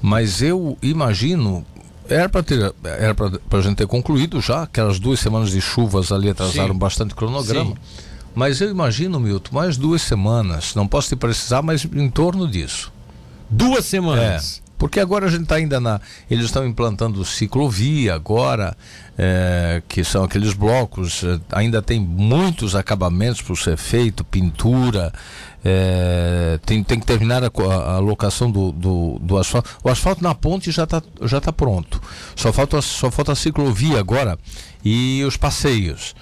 Speaker 2: Mas eu imagino. Era para ter, era para gente ter concluído já, aquelas duas semanas de chuvas ali atrasaram Sim. bastante o cronograma. Sim. Mas eu imagino, Milton, mais duas semanas, não posso te precisar, mas em torno disso.
Speaker 1: Duas semanas.
Speaker 2: É. Porque agora a gente está ainda na. Eles estão implantando ciclovia agora, é, que são aqueles blocos. é, Ainda tem muitos acabamentos para ser feito, pintura. É, tem, tem que terminar a, a locação do, do, do, asfalto. O asfalto na ponte já está já tá pronto. Só falta, só falta a ciclovia agora e os passeios.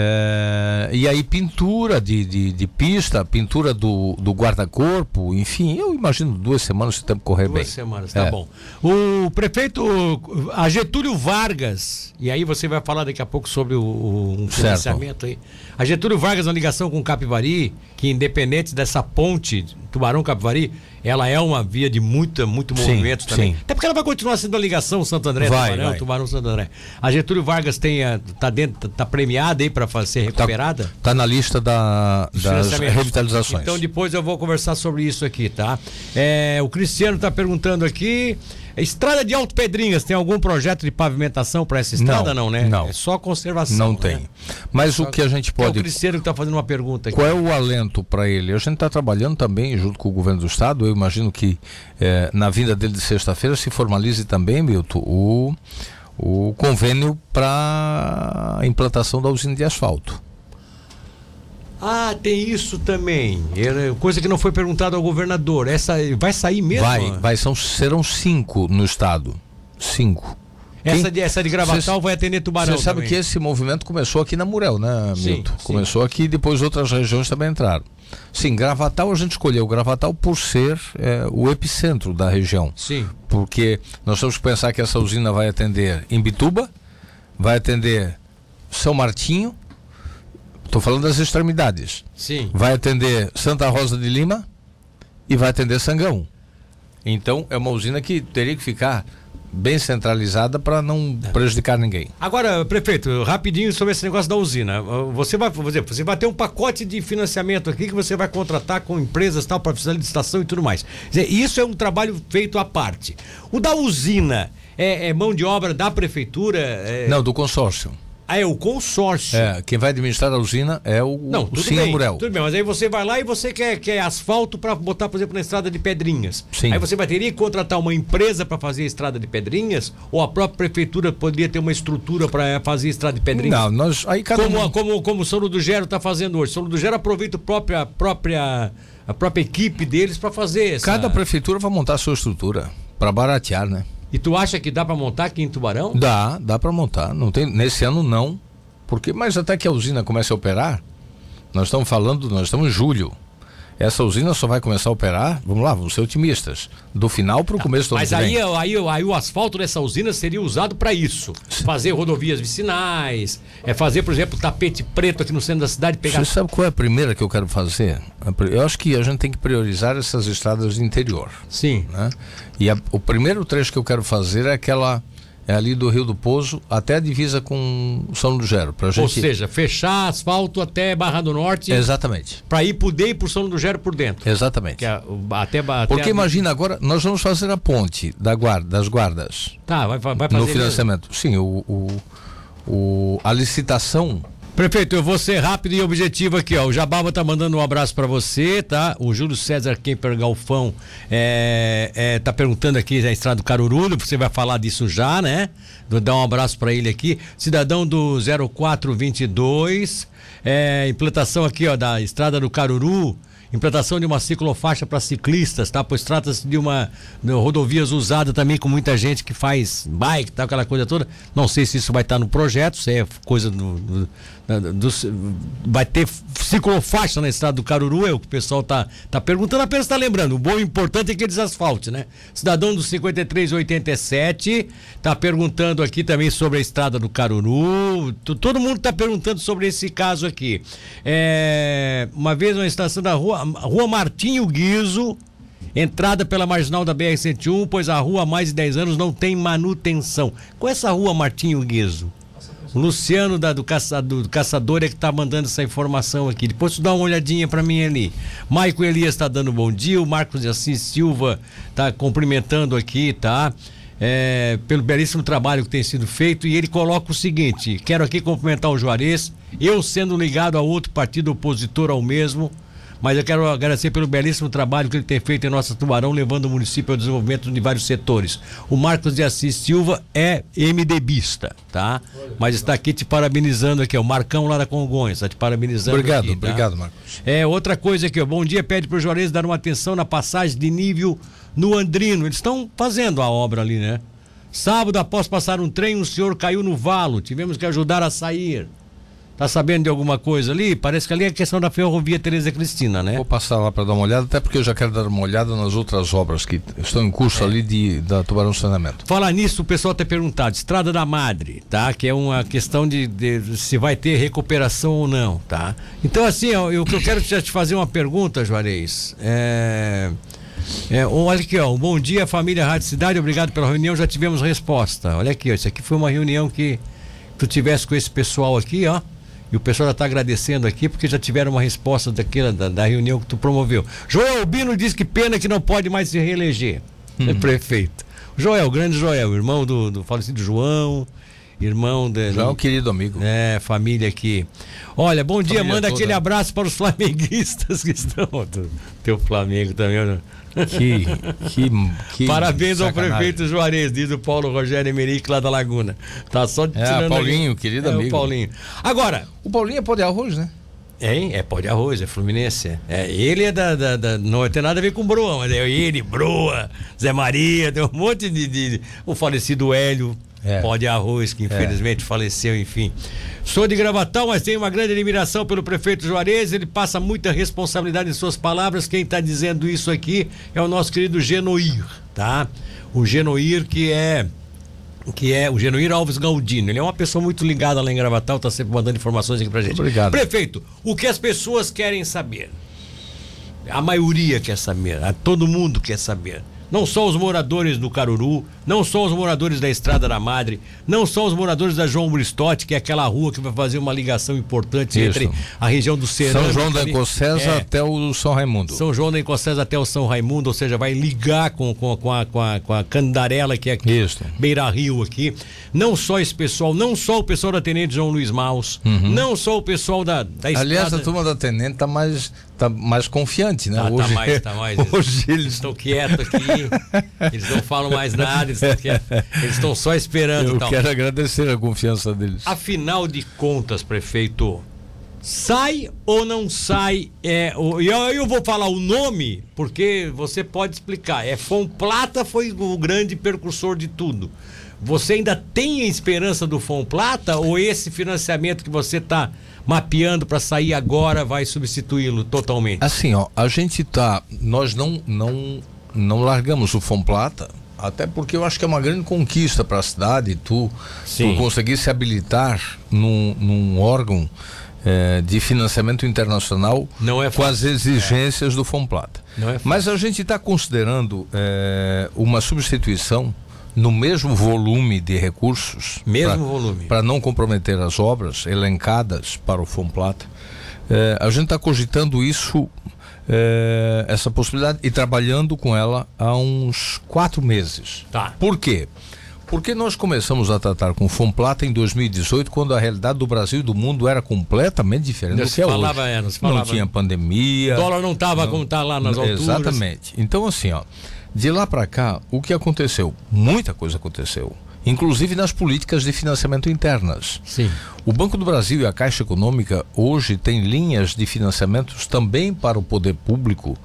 Speaker 2: É, e aí pintura de, de, de, pista, pintura do, do guarda-corpo, enfim, eu imagino duas semanas se o tempo correr
Speaker 1: duas
Speaker 2: bem.
Speaker 1: Duas semanas, tá é. bom. O prefeito a Getúlio Vargas, e aí você vai falar daqui a pouco sobre o, o um financiamento aí. A Getúlio Vargas na ligação com Capivari, que independente dessa ponte Tubarão-Capivari, ela é uma via de muita, muito movimento sim, também. Sim. Até porque ela vai continuar sendo a ligação Santo André,
Speaker 2: vai,
Speaker 1: Tubarão,
Speaker 2: vai.
Speaker 1: Tubarão, Santo André. A Getúlio Vargas tem a, tá dentro, tá premiada aí para ser recuperada?
Speaker 2: Tá, tá, na lista da, das revitalizações.
Speaker 1: Então depois eu vou conversar sobre isso aqui, tá? É, o Cristiano tá perguntando aqui. Estrada de Alto Pedrinhas, tem algum projeto de pavimentação para essa estrada, não, não, né?
Speaker 2: Não.
Speaker 1: É só conservação.
Speaker 2: Não tem. Né? Mas só o que a gente pode.
Speaker 1: É o Cristiano que está fazendo uma pergunta aqui.
Speaker 2: Qual é o alento para ele? A gente está trabalhando também junto com o governo do Estado. Eu imagino que eh, na vinda dele de sexta-feira se formalize também, Milton, o, o convênio para a implantação da usina de asfalto.
Speaker 1: Ah, tem isso também. Era coisa que não foi perguntada ao governador. Essa vai sair mesmo?
Speaker 2: Vai, vai são, serão cinco no estado. Cinco.
Speaker 1: Essa de, essa de Gravatal cê, vai atender Tubarão.
Speaker 2: Você sabe
Speaker 1: também.
Speaker 2: que esse movimento começou aqui na Murel, né, Milton? Sim, começou sim. aqui e depois outras regiões também entraram. Sim, Gravatal a gente escolheu Gravatal por ser é, o epicentro da região.
Speaker 1: Sim.
Speaker 2: Porque nós temos que pensar que essa usina vai atender Imbituba, vai atender São Martinho, Estou falando das extremidades.
Speaker 1: Sim.
Speaker 2: Vai atender Santa Rosa de Lima e vai atender Sangão. Então é uma usina que teria que ficar bem centralizada para não prejudicar ninguém.
Speaker 1: Agora, prefeito, rapidinho sobre esse negócio da usina. Ah, Você vai, por exemplo, você vai ter um pacote de financiamento aqui que você vai contratar com empresas tal para fazer licitação e tudo mais. Dizer, isso é um trabalho feito à parte. O da usina é, é mão de obra da prefeitura? É...
Speaker 2: Não, do consórcio.
Speaker 1: Ah, é o consórcio.
Speaker 2: É, quem vai administrar a usina é o,
Speaker 1: não, tudo
Speaker 2: o Sim
Speaker 1: bem, Tudo bem, mas aí você vai lá e você quer, quer asfalto para botar, por exemplo, na estrada de Pedrinhas.
Speaker 2: Sim.
Speaker 1: Aí você vai ter que contratar uma empresa para fazer a estrada de Pedrinhas ou a própria prefeitura poderia ter uma estrutura para fazer a estrada de Pedrinhas?
Speaker 2: Não, nós aí cada
Speaker 1: como, tá
Speaker 2: um...
Speaker 1: como, como o Solo do Gero está fazendo hoje. O Solo do Gero aproveita a própria, própria a própria equipe deles para fazer essa.
Speaker 2: Cada prefeitura vai montar a sua estrutura para baratear, né?
Speaker 1: E tu acha que dá para montar aqui em Tubarão?
Speaker 2: Dá, dá para montar. Não tem, nesse ano não, porque mas até que a usina comece a operar, nós estamos falando, nós estamos em julho. Essa usina só vai começar a operar, vamos lá, vamos ser otimistas, do final para o começo do ano
Speaker 1: Tá, Mas
Speaker 2: que vem.
Speaker 1: aí, é aí, aí o asfalto dessa usina seria usado para isso. Fazer rodovias vicinais, é fazer, por exemplo, tapete preto aqui no centro da cidade, pegar
Speaker 2: Você sabe qual é a primeira que eu quero fazer? A pri- Eu acho que a gente tem que priorizar essas estradas de interior.
Speaker 1: Sim.
Speaker 2: né? E a- o primeiro trecho que eu quero fazer é aquela é ali do Rio do Pozo até a divisa com São Lugero, para gente.
Speaker 1: Ou seja, fechar asfalto até Barra do Norte
Speaker 2: exatamente,
Speaker 1: para ir poder ir por São Lugero por dentro.
Speaker 2: exatamente.
Speaker 1: Que é o- até, ba- até
Speaker 2: Porque
Speaker 1: a-
Speaker 2: imagina agora, nós vamos fazer a ponte da guarda, das guardas
Speaker 1: Tá, vai, fa- vai fazer
Speaker 2: no
Speaker 1: mesmo.
Speaker 2: financiamento. Sim, o, o, o- a licitação
Speaker 1: Prefeito, eu vou ser rápido e objetivo aqui, ó. O Jababa tá mandando um abraço pra você, tá? O Júlio César Kemper Galfão é, é, tá perguntando aqui da Estrada do Caruru, você vai falar disso já, né? Vou dar um abraço pra ele aqui. Cidadão do 0422, é, implantação aqui, ó, da Estrada do Caruru. Implantação de uma ciclofaixa para ciclistas, tá? Pois trata-se de uma de rodovias usada também com muita gente que faz bike, tá? Aquela coisa toda. Não sei se isso vai estar no projeto, se é coisa do, do- da- do- vai ter ciclofaixa na estrada do Caruru, é o que o pessoal tá, tá perguntando, apenas tá lembrando. O bom e importante é que eles asfalte, né? Cidadão do 5387 tá perguntando aqui também sobre a estrada do Caruru. T- Todo mundo tá perguntando sobre esse caso aqui. É, uma vez uma estação da rua, rua Martinho Guizo, entrada pela marginal da BR-101, pois a rua há mais de 10 anos não tem manutenção. Com essa rua Martinho Guizo? O Luciano da- do, caça- do Caçador é que tá mandando essa informação aqui. Depois tu dá uma olhadinha para mim ali. Maico Elias está dando bom dia. O Marcos de Assis Silva tá cumprimentando aqui, tá? É, pelo belíssimo trabalho que tem sido feito. E ele coloca o seguinte: quero aqui cumprimentar o Juarez, eu sendo ligado a outro partido opositor ao mesmo. Mas eu quero agradecer pelo belíssimo trabalho que ele tem feito em nossa Tubarão, levando o município ao desenvolvimento de vários setores. O Marcos de Assis Silva é MDBista, tá? Mas está aqui te parabenizando aqui, ó, o Marcão lá da Congonhas, está te parabenizando
Speaker 2: Obrigado,
Speaker 1: aqui, tá?
Speaker 2: obrigado, Marcos.
Speaker 1: É, outra coisa aqui, ó, bom dia, pede para o Juarez dar uma atenção na passagem de nível no Andrino. Eles estão fazendo a obra ali, né? Sábado, após passar um trem, um senhor caiu no valo, tivemos que ajudar a sair. Tá sabendo de alguma coisa ali? Parece que ali é questão da ferrovia Tereza Cristina, né?
Speaker 2: Vou passar lá para dar uma olhada, até porque eu já quero dar uma olhada nas outras obras que estão em
Speaker 1: É.
Speaker 2: curso ali de, da Tubarão Saneamento.
Speaker 1: Falar nisso, o pessoal tá perguntado, Estrada da Madre, tá? Que é uma questão de, de se vai ter recuperação ou não, tá? Então, assim, ó, eu, o que eu quero já te fazer uma pergunta, Juarez. É... é, ó, olha aqui, ó. um Bom dia, família Rádio Cidade. Obrigado pela reunião. Já tivemos resposta. Olha aqui, ó. Isso aqui foi uma reunião que tu tivesse com esse pessoal aqui, ó. E o pessoal já está agradecendo aqui porque já tiveram uma resposta daquela da, da reunião que tu promoveu. Joel Albino diz que pena que não pode mais se reeleger.
Speaker 2: Hum.
Speaker 1: É prefeito. Joel, grande Joel, irmão do, do falecido João, irmão da
Speaker 2: Já é um querido amigo.
Speaker 1: é, família aqui. Olha, bom dia,
Speaker 2: Família
Speaker 1: manda
Speaker 2: toda.
Speaker 1: aquele abraço para os flamenguistas que estão. Teu Flamengo também. né?
Speaker 2: Que, que, que
Speaker 1: Parabéns ao
Speaker 2: sacanagem.
Speaker 1: prefeito Juarez, diz o Paulo Rogério Emerick lá da Laguna. Tá só tirando. a
Speaker 2: É, Paulinho,
Speaker 1: gente.
Speaker 2: querido
Speaker 1: é,
Speaker 2: amigo.
Speaker 1: O Paulinho. Agora,
Speaker 2: O Paulinho é pó de arroz, né?
Speaker 1: hein? É pó de arroz, é Fluminense. é. É, ele é da, da- da- Não tem nada a ver com Broa, mas é ele, Broa, Zé Maria, tem um monte de. de- o falecido Hélio.
Speaker 2: É.
Speaker 1: Pó de arroz, que infelizmente faleceu, enfim. Sou de Gravatal, mas tenho uma grande admiração pelo prefeito Juarez. Ele passa muita responsabilidade em suas palavras. Quem está dizendo isso aqui é o nosso querido Genoir, tá? O Genoir, que é que é o Genuíno Alves Galdino. Ele é uma pessoa muito ligada lá em Gravatal, tá sempre mandando informações aqui pra gente.
Speaker 2: Obrigado.
Speaker 1: Prefeito, o que as pessoas querem saber? A maioria quer saber, a todo mundo quer saber. Não só os moradores do Caruru, não só os moradores da Estrada da Madre, não só os moradores da João Bristotti, que é aquela rua que vai fazer uma ligação importante
Speaker 2: Isso.
Speaker 1: entre a região do Serão.
Speaker 2: São João da Encocesa
Speaker 1: É.
Speaker 2: até o São Raimundo.
Speaker 1: São João da Encostés até o São Raimundo, ou seja, vai ligar com, com, com a, com, a, com a Candarela, que é aqui,
Speaker 2: Isso.
Speaker 1: Beira Rio aqui. Não só esse pessoal, não só o pessoal da Tenente João Luiz Maus, não só o pessoal da, da
Speaker 2: Uhum. Aliás,
Speaker 1: estrada-
Speaker 2: a turma da Tenente tá mais, tá mais confiante, né?
Speaker 1: Tá, tá
Speaker 2: hoje,
Speaker 1: mais, tá mais.
Speaker 2: Hoje
Speaker 1: Eles
Speaker 2: eles
Speaker 1: estão quietos aqui, eles não falam mais nada, eles estão quietos, eles estão só esperando. e
Speaker 2: Eu
Speaker 1: tal.
Speaker 2: quero agradecer a confiança deles.
Speaker 1: Afinal de contas, prefeito, Sai ou não sai? É, o- e eu, eu vou falar o nome, porque você pode explicar. É Fomplata foi o grande percursor de tudo. Você ainda tem a esperança do Fomplata ou esse financiamento que você está mapeando para sair agora vai substituí-lo totalmente?
Speaker 2: Assim, ó, a gente tá. Nós não, não, não largamos o Fomplata, até porque eu acho que é uma grande conquista para a cidade tu,
Speaker 1: Sim.
Speaker 2: tu conseguir se habilitar num, num órgão eh, de financiamento internacional
Speaker 1: Não é
Speaker 2: com as exigências do Fomplata.
Speaker 1: Não é fácil.
Speaker 2: Mas a gente está considerando eh, uma substituição no mesmo volume de recursos.
Speaker 1: Mesmo
Speaker 2: pra-
Speaker 1: volume.
Speaker 2: Para não comprometer as obras elencadas para o Fomplata. eh, a gente está cogitando isso, eh, essa possibilidade, e trabalhando com ela há uns quatro meses.
Speaker 1: Tá.
Speaker 2: Por quê? Porque nós começamos a tratar com o Fomplata em 2018, quando a realidade do Brasil e do mundo era completamente diferente
Speaker 1: Não
Speaker 2: do
Speaker 1: se
Speaker 2: que é hoje.
Speaker 1: falava, é, não se
Speaker 2: não
Speaker 1: falava.
Speaker 2: tinha pandemia.
Speaker 1: O dólar não estava como está lá Ah, nas alturas.
Speaker 2: Exatamente. Então, assim, ó, de lá para cá, o que aconteceu? Muita coisa aconteceu. Inclusive nas políticas de financiamento internas.
Speaker 1: Sim.
Speaker 2: O Banco do Brasil e a Caixa Econômica hoje têm linhas de financiamentos também para o poder público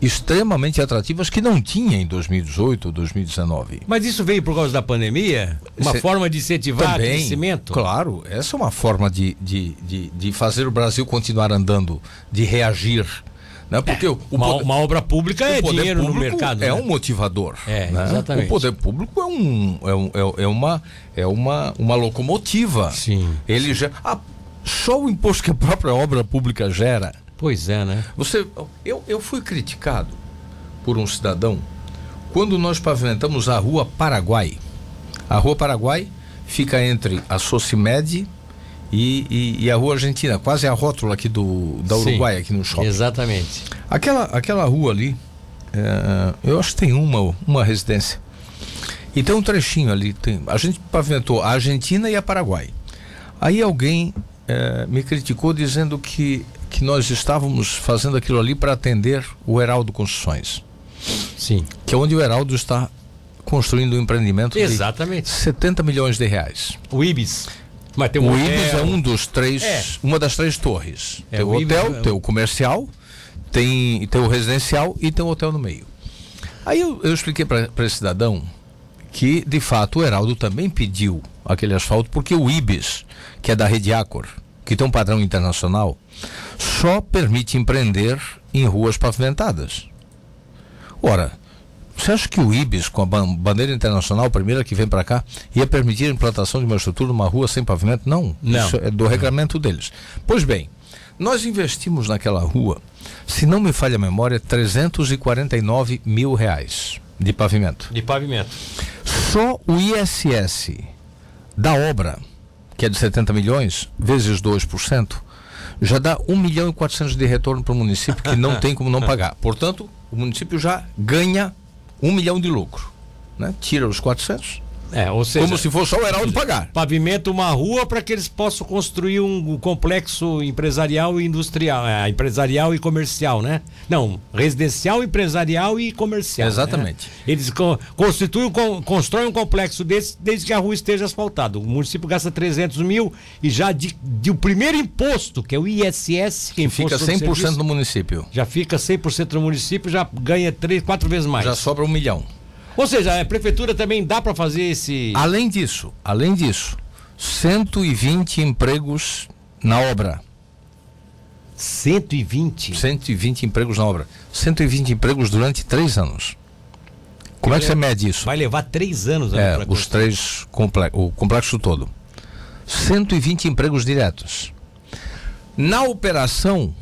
Speaker 2: extremamente atrativas que não tinha em 2018 ou 2019.
Speaker 1: Mas isso veio por causa da pandemia? Uma
Speaker 2: Cê-
Speaker 1: forma de incentivar o crescimento?
Speaker 2: Claro, essa é uma forma de, de, de, de fazer o Brasil continuar andando, de reagir. Né? Porque o, o
Speaker 1: É, Uma,
Speaker 2: poder-
Speaker 1: uma obra pública é
Speaker 2: o poder
Speaker 1: dinheiro no
Speaker 2: público
Speaker 1: mercado.
Speaker 2: É
Speaker 1: né?
Speaker 2: um motivador.
Speaker 1: É,
Speaker 2: né?
Speaker 1: exatamente.
Speaker 2: O poder público é, um, é, um- é- é uma, é uma, uma locomotiva.
Speaker 1: Sim.
Speaker 2: Ele já. ah, só o imposto que a própria obra pública gera.
Speaker 1: Pois é, né?
Speaker 2: Você, eu, eu fui criticado por um cidadão quando nós pavimentamos a Rua Paraguai. A Rua Paraguai fica entre a Socimed e, e- e a Rua Argentina, quase a rótula aqui do, da
Speaker 1: Sim.
Speaker 2: É Uruguai, aqui no shopping.
Speaker 1: Exatamente.
Speaker 2: Aquela, aquela rua ali, é, eu acho que tem uma, uma residência. E tem um trechinho ali. Tem, a gente pavimentou a Argentina e a Paraguai. Aí alguém é, me criticou dizendo que, que nós estávamos fazendo aquilo ali para atender o Heraldo Construções,
Speaker 1: Sim.
Speaker 2: que é onde o Heraldo está construindo um empreendimento de
Speaker 1: Exatamente.
Speaker 2: 70 milhões de reais.
Speaker 1: O Ibis. Mas tem um
Speaker 2: O
Speaker 1: hotel.
Speaker 2: Ibis é um dos três,
Speaker 1: É.
Speaker 2: uma das três torres.
Speaker 1: É,
Speaker 2: tem o
Speaker 1: o Ibis
Speaker 2: hotel,
Speaker 1: é um-
Speaker 2: tem o comercial, tem, tem o residencial e tem o hotel no meio. Aí eu, eu expliquei para esse cidadão que, de fato, o Heraldo também pediu aquele asfalto, porque o Ibis, que é da rede Acor, que tem um padrão internacional, só permite empreender em ruas pavimentadas. Ora, você acha que o IBIS, com a ban- bandeira internacional, a primeira que vem para cá, ia permitir a implantação de uma estrutura numa rua sem pavimento? Não.
Speaker 1: Não.
Speaker 2: Isso é do regramento deles. Pois bem, nós investimos naquela rua, se não me falha a memória, 349 mil reais de pavimento.
Speaker 1: De pavimento.
Speaker 2: Só o ISS da obra, que é de 70 milhões, vezes 2%, já dá 1 milhão e 400 de retorno para o município, que não tem como não pagar. Portanto, o município já ganha 1 milhão de lucro. Né? Tira os 400,
Speaker 1: É, ou seja,
Speaker 2: como se fosse só o Heraldo pagar.
Speaker 1: pavimenta uma rua para que eles possam construir um complexo empresarial e industrial. É, empresarial e comercial, né? Não, residencial, empresarial e comercial.
Speaker 2: Exatamente.
Speaker 1: né? Eles co- constituem, com- constroem um complexo desse desde que a rua esteja asfaltada. O município gasta 300 mil e já de, de o primeiro imposto, que é o ISS, que é
Speaker 2: Fica
Speaker 1: imposto sobre
Speaker 2: 100%
Speaker 1: serviço,
Speaker 2: no município.
Speaker 1: já fica 100% no município, já ganha três, quatro vezes mais.
Speaker 2: Já sobra 1 milhão.
Speaker 1: Ou seja, a prefeitura também dá para fazer esse.
Speaker 2: Além disso, além disso, 120 empregos na obra.
Speaker 1: 120?
Speaker 2: 120 empregos na obra. 120 empregos durante três anos. Como é que você mede isso?
Speaker 1: Vai levar três anos né,
Speaker 2: É,
Speaker 1: pra
Speaker 2: os
Speaker 1: construir.
Speaker 2: três, comple- o complexo todo. 120 empregos diretos. Na operação,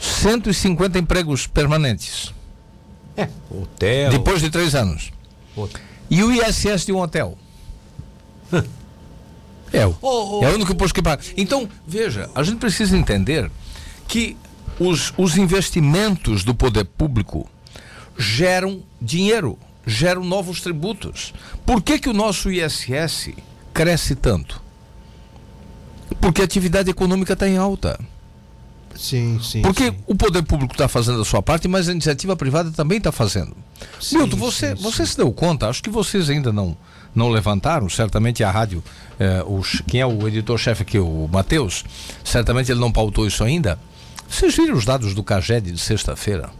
Speaker 2: 150 empregos permanentes.
Speaker 1: É, hotel.
Speaker 2: Depois de três anos.
Speaker 1: hotel.
Speaker 2: E o ISS de um hotel? é, o,
Speaker 1: Ô, ô.
Speaker 2: é o único imposto que paga. Então, veja, a gente precisa entender que os, os investimentos do poder público geram dinheiro, geram novos tributos. Por que, que o nosso ISS cresce tanto? Porque a atividade econômica está em tá alta.
Speaker 5: Sim, sim.
Speaker 2: Porque
Speaker 5: sim.
Speaker 2: o poder público está fazendo a sua parte, mas a iniciativa privada também está fazendo.
Speaker 5: Sim,
Speaker 2: Milton, você,
Speaker 5: sim,
Speaker 2: você se deu conta, acho que vocês ainda não, não levantaram, certamente a rádio, eh, o che- quem é o editor-chefe aqui, o Matheus, certamente ele não pautou isso ainda. Vocês viram os dados do Caged de sexta-feira?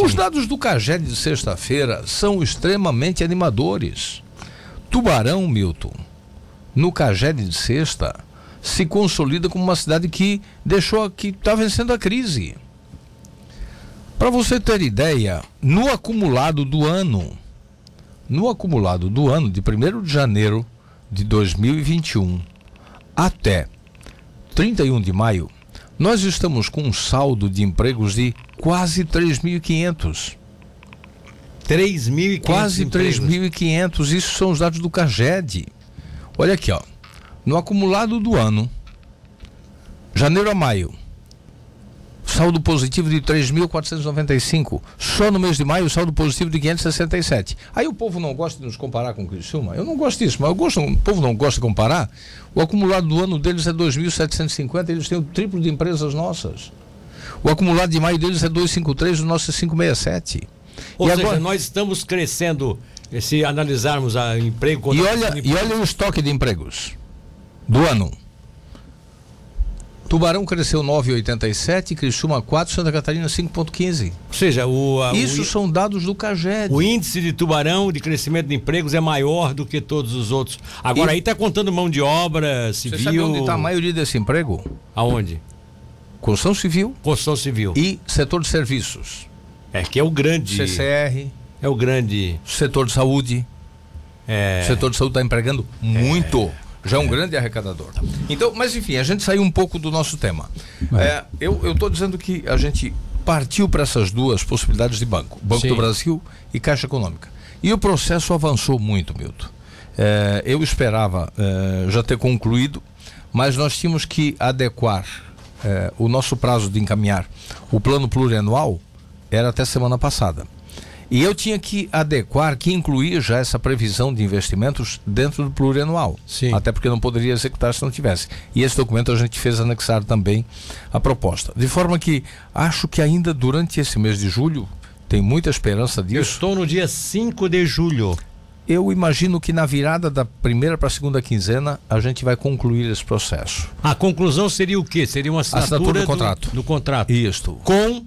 Speaker 2: Os dados do Caged de sexta-feira são extremamente animadores. Tubarão, Milton, no Caged de sexta, se consolida como uma cidade que deixou que está vencendo a crise. Para você ter ideia, no acumulado do ano, no acumulado do ano de 1 de janeiro de 2021 até 31 de maio, nós estamos com um saldo de empregos de quase 3.500.
Speaker 5: 3.500
Speaker 2: Quase
Speaker 5: empregos.
Speaker 2: 3.500. Isso são os dados do Caged. Olha aqui, ó. No acumulado do ano, janeiro a maio, saldo positivo de 3.495. Só no mês de maio, saldo positivo de 567. Aí o povo não gosta de nos comparar com o Criciúma. Eu não gosto disso, mas eu gosto, o povo não gosta de comparar. O acumulado do ano deles é 2.750. Eles têm o triplo de empresas nossas. O acumulado de maio deles é 253, o nosso é 567.
Speaker 1: Ou
Speaker 2: E
Speaker 1: seja,
Speaker 2: agora-
Speaker 1: nós estamos crescendo, eh, se analisarmos a emprego...
Speaker 2: E
Speaker 1: contratação
Speaker 2: olha,
Speaker 1: de
Speaker 2: e olha o estoque de empregos do ano. Tubarão cresceu 9,87, Criciúma 4, Santa Catarina 5,15.
Speaker 1: Ou seja, Ah, o, a-
Speaker 2: Isso
Speaker 1: o,
Speaker 2: são dados do Caged.
Speaker 1: o índice de tubarão de crescimento de empregos é maior do que todos os outros. Agora
Speaker 2: E-
Speaker 1: aí está contando mão de obra
Speaker 2: Você
Speaker 1: civil.
Speaker 2: sabe onde tá está a maioria desse emprego?
Speaker 1: Aonde?
Speaker 2: Construção civil
Speaker 1: Construção civil.
Speaker 2: e setor de serviços.
Speaker 1: É que é o grande.
Speaker 2: CCR,
Speaker 1: É o grande.
Speaker 2: setor de saúde.
Speaker 1: é,
Speaker 2: O setor de saúde está empregando muito. Já é um grande arrecadador. Então, mas enfim, a gente saiu um pouco do nosso tema. É, eu estou dizendo que a gente partiu para essas duas possibilidades de banco: Banco
Speaker 1: Sim.
Speaker 2: do Brasil e Caixa Econômica. E o processo avançou muito, Milton. É, eu esperava é, já ter concluído, mas nós tínhamos que adequar é, o nosso prazo de encaminhar o plano plurianual era até semana passada. E eu tinha que adequar, que incluir já essa previsão de investimentos dentro do plurianual.
Speaker 5: Sim.
Speaker 2: Até porque não poderia executar se não tivesse. E esse documento a gente fez anexar também a proposta. De forma que acho que ainda durante esse mês de julho, tem muita esperança
Speaker 1: Eu
Speaker 2: disso.
Speaker 1: estou no dia 5 de julho.
Speaker 2: Eu imagino que na virada da primeira para a segunda quinzena a gente vai concluir esse processo.
Speaker 1: A conclusão seria o quê? Seria uma assinatura,
Speaker 2: Assinatura do contrato.
Speaker 1: do contrato.
Speaker 2: Isto.
Speaker 1: Com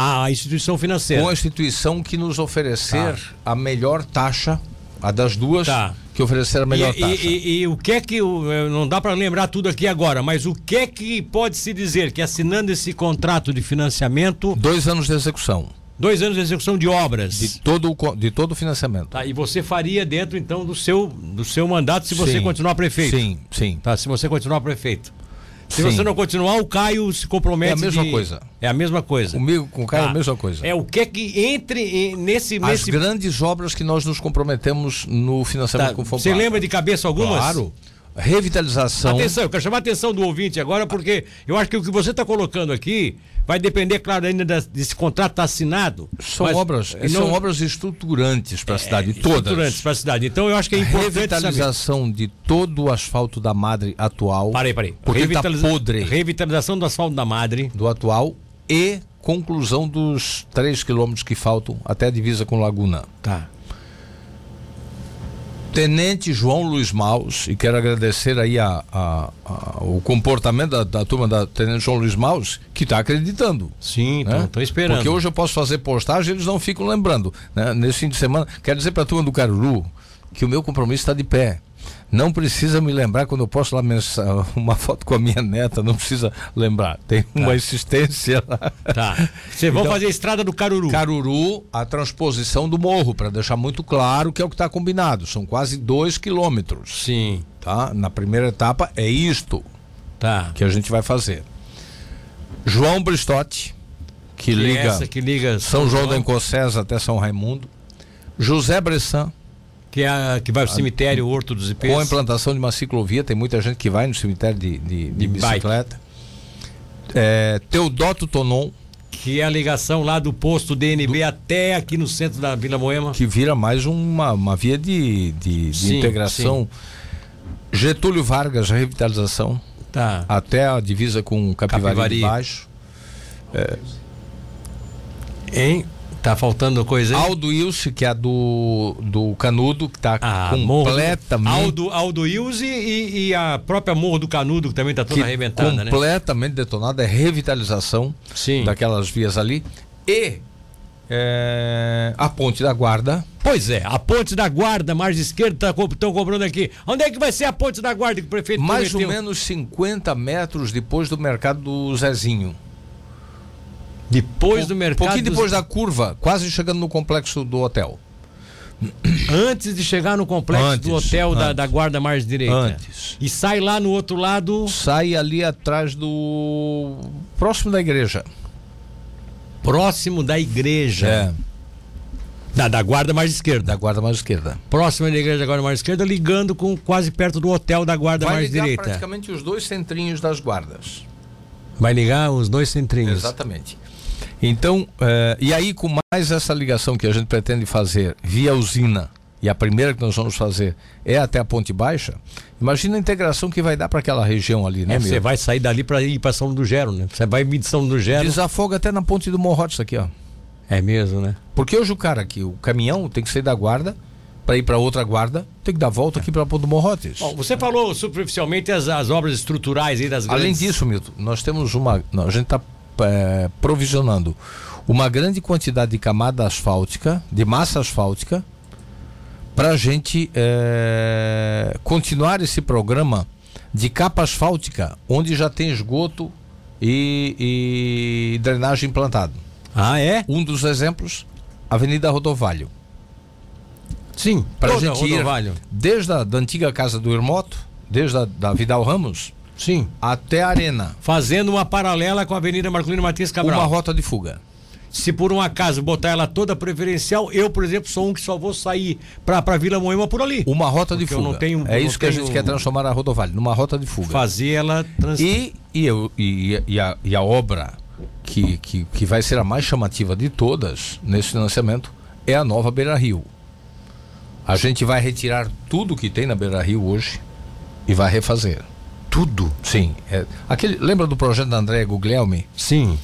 Speaker 1: a instituição financeira.
Speaker 2: Com a instituição que nos oferecer a melhor taxa, a das duas,
Speaker 1: Tá.
Speaker 2: que oferecer a melhor
Speaker 1: E,
Speaker 2: taxa.
Speaker 1: e- e- e o que é que. o- eh, Não dá para lembrar tudo aqui agora, mas o que é que pode se dizer que assinando esse contrato de financiamento,
Speaker 2: Dois anos de execução.
Speaker 1: dois anos de execução de obras.
Speaker 2: De todo o, co- de todo o financiamento.
Speaker 1: Tá, e você faria dentro, então, do seu, do seu mandato se você
Speaker 2: Sim.
Speaker 1: continuar prefeito.
Speaker 2: Sim, sim.
Speaker 1: Tá, se você continuar prefeito. Se
Speaker 2: Sim.
Speaker 1: você não continuar, o Caio se compromete.
Speaker 2: É a mesma
Speaker 1: de-
Speaker 2: coisa.
Speaker 1: É a mesma coisa.
Speaker 2: Comigo, com o Caio,
Speaker 1: Tá.
Speaker 2: a mesma coisa.
Speaker 1: É o que é que entre em- nesse.
Speaker 2: As
Speaker 1: nesse
Speaker 2: grandes obras que nós nos comprometemos no financiamento
Speaker 1: tá,
Speaker 2: com
Speaker 1: você lembra de cabeça algumas?
Speaker 2: Claro. Revitalização.
Speaker 1: Atenção, eu quero chamar a atenção do ouvinte agora, porque eu acho que o que você está colocando aqui vai depender, claro, ainda das- desse contrato tá assinado.
Speaker 2: São
Speaker 1: mas-
Speaker 2: obras,
Speaker 1: eh,
Speaker 2: são
Speaker 1: não- É,
Speaker 2: obras estruturantes para a cidade,
Speaker 1: estruturantes
Speaker 2: todas.
Speaker 1: para a cidade. Então eu acho que é importante saber.
Speaker 2: Revitalização de todo o asfalto da Madre atual.
Speaker 1: Parei, parei.
Speaker 2: Porque está
Speaker 1: Revitaliza-
Speaker 2: podre
Speaker 1: Revitalização do asfalto da Madre.
Speaker 2: do atual e conclusão dos 3 quilômetros que faltam até a divisa com Laguna.
Speaker 1: Tá.
Speaker 2: Tenente João Luiz Maus, e quero agradecer aí a, a- a- o comportamento da, da turma da Tenente João Luiz Maus, que está acreditando.
Speaker 1: Sim,
Speaker 2: né?
Speaker 1: estão esperando.
Speaker 2: Porque hoje eu posso fazer postagem eles não ficam lembrando. né? Nesse fim de semana, quero dizer para a turma do Caruru que o meu compromisso está de pé. Não precisa me lembrar quando eu posto lá mensa- uma foto com a minha neta, não precisa lembrar. Tem uma insistência lá.
Speaker 1: Tá. Vocês vão
Speaker 2: Então-
Speaker 1: fazer a estrada do Caruru.
Speaker 2: Caruru, a transposição do morro, para deixar muito claro que é o que está combinado. São quase dois quilômetros
Speaker 1: Sim,
Speaker 2: tá? Na primeira etapa é isto
Speaker 1: tá.
Speaker 2: que a gente vai fazer. João Bristotti, que
Speaker 1: Que é
Speaker 2: liga
Speaker 1: Essa que liga
Speaker 2: São João da Encocesa até São Raimundo. José Bressan,
Speaker 1: que, é a, que vai pro cemitério Horto dos Ipês.
Speaker 2: com a implantação de uma ciclovia, tem muita gente que vai no cemitério de, de, de
Speaker 1: De bike.
Speaker 2: bicicleta. É, Teodoto Tonon,
Speaker 1: Que é a ligação lá do posto DNB até aqui no centro da Vila Moema.
Speaker 2: que vira mais uma, uma via de, de, de
Speaker 1: Sim,
Speaker 2: integração. Getúlio Vargas, revitalização.
Speaker 1: Tá.
Speaker 2: até a divisa com Capivari,
Speaker 1: Capivari.
Speaker 2: de baixo.
Speaker 1: Hein? Tá faltando coisa aí?
Speaker 2: Aldo Ilse, que é a do, do Canudo, que tá
Speaker 1: Ah,
Speaker 2: completamente.
Speaker 1: Morro do- Aldo, Aldo Ilse e, e a própria Morro do Canudo, que também tá toda
Speaker 2: que
Speaker 1: arrebentada, né?
Speaker 2: completamente detonada, é revitalização
Speaker 1: Sim.
Speaker 2: daquelas vias ali. E é, a ponte da guarda.
Speaker 1: Pois é, a ponte da guarda, margem esquerda, estão cobrando aqui. Onde é que vai ser a ponte da guarda que o prefeito
Speaker 2: mais ou
Speaker 1: prometeu?
Speaker 2: menos 50 metros depois do mercado do Zezinho.
Speaker 1: Depois do
Speaker 2: Um
Speaker 1: mercado.
Speaker 2: pouquinho depois
Speaker 1: dos-
Speaker 2: da curva, quase chegando no complexo do hotel.
Speaker 1: Antes de chegar no complexo do
Speaker 2: Antes,
Speaker 1: hotel da,
Speaker 2: antes.
Speaker 1: da guarda margem direita.
Speaker 2: Antes.
Speaker 1: E sai lá no outro lado.
Speaker 2: Sai ali atrás do. próximo da igreja.
Speaker 1: Próximo da igreja.
Speaker 2: É.
Speaker 1: Da, da guarda margem esquerda.
Speaker 2: Da guarda mais esquerda.
Speaker 1: Próximo da igreja da guarda margem esquerda, ligando com quase perto do hotel da guarda
Speaker 2: Vai
Speaker 1: margem
Speaker 2: ligar
Speaker 1: direita.
Speaker 2: praticamente os dois centrinhos das guardas.
Speaker 1: Vai ligar os dois centrinhos.
Speaker 2: Exatamente. Então, eh, e aí com mais essa ligação que a gente pretende fazer via usina, e a primeira que nós vamos fazer é até a Ponte Baixa, imagina a integração que vai dar para aquela região ali, né,
Speaker 1: É, você
Speaker 2: meu?
Speaker 1: vai sair dali pra ir pra São do Gero, né? Você vai vir de São do Gero.
Speaker 2: Desafoga até na Ponte do Morrotes aqui, ó.
Speaker 1: É mesmo, né?
Speaker 2: Porque hoje o cara aqui, o caminhão tem que sair da guarda para ir para outra guarda, tem que dar volta aqui para a Ponte do Morrotes.
Speaker 1: Bom, você falou superficialmente as, as obras estruturais aí das grandes...
Speaker 2: Além disso, Milton, nós temos uma. não, a gente está provisionando uma grande quantidade de camada asfáltica, de massa asfáltica, para a gente eh, continuar esse programa de capa asfáltica, onde já tem esgoto e, e drenagem implantado.
Speaker 1: Ah, é?
Speaker 2: Um dos exemplos, Avenida Rodovalho.
Speaker 1: Sim.
Speaker 2: Para a
Speaker 1: toda
Speaker 2: gente ir
Speaker 1: Rodovalho.
Speaker 2: desde a da antiga casa do Irmoto, desde a da Vidal Ramos,
Speaker 1: Sim.
Speaker 2: até a Arena.
Speaker 1: Fazendo uma paralela com a Avenida Marcolino Matias Cabral.
Speaker 2: Uma rota de fuga.
Speaker 1: Se por um acaso botar ela toda preferencial, eu, por exemplo, sou um que só vou sair pra, pra Vila Moema por ali.
Speaker 2: Uma rota de
Speaker 1: Porque eu
Speaker 2: fuga.
Speaker 1: não tenho- um
Speaker 2: é
Speaker 1: eu
Speaker 2: isso
Speaker 1: não
Speaker 2: que a
Speaker 1: tenho-
Speaker 2: gente quer transformar a rodovalha, numa rota de fuga.
Speaker 1: Fazer ela... Trans...
Speaker 2: E, e, eu, e, e a, e a obra que, que, que vai ser a mais chamativa de todas nesse financiamento é a nova Beira Rio. A gente vai retirar tudo que tem na Beira Rio hoje e vai refazer. Tudo? Sim. É, aquele, lembra do projeto da Andréia Guglielmi?
Speaker 1: Sim,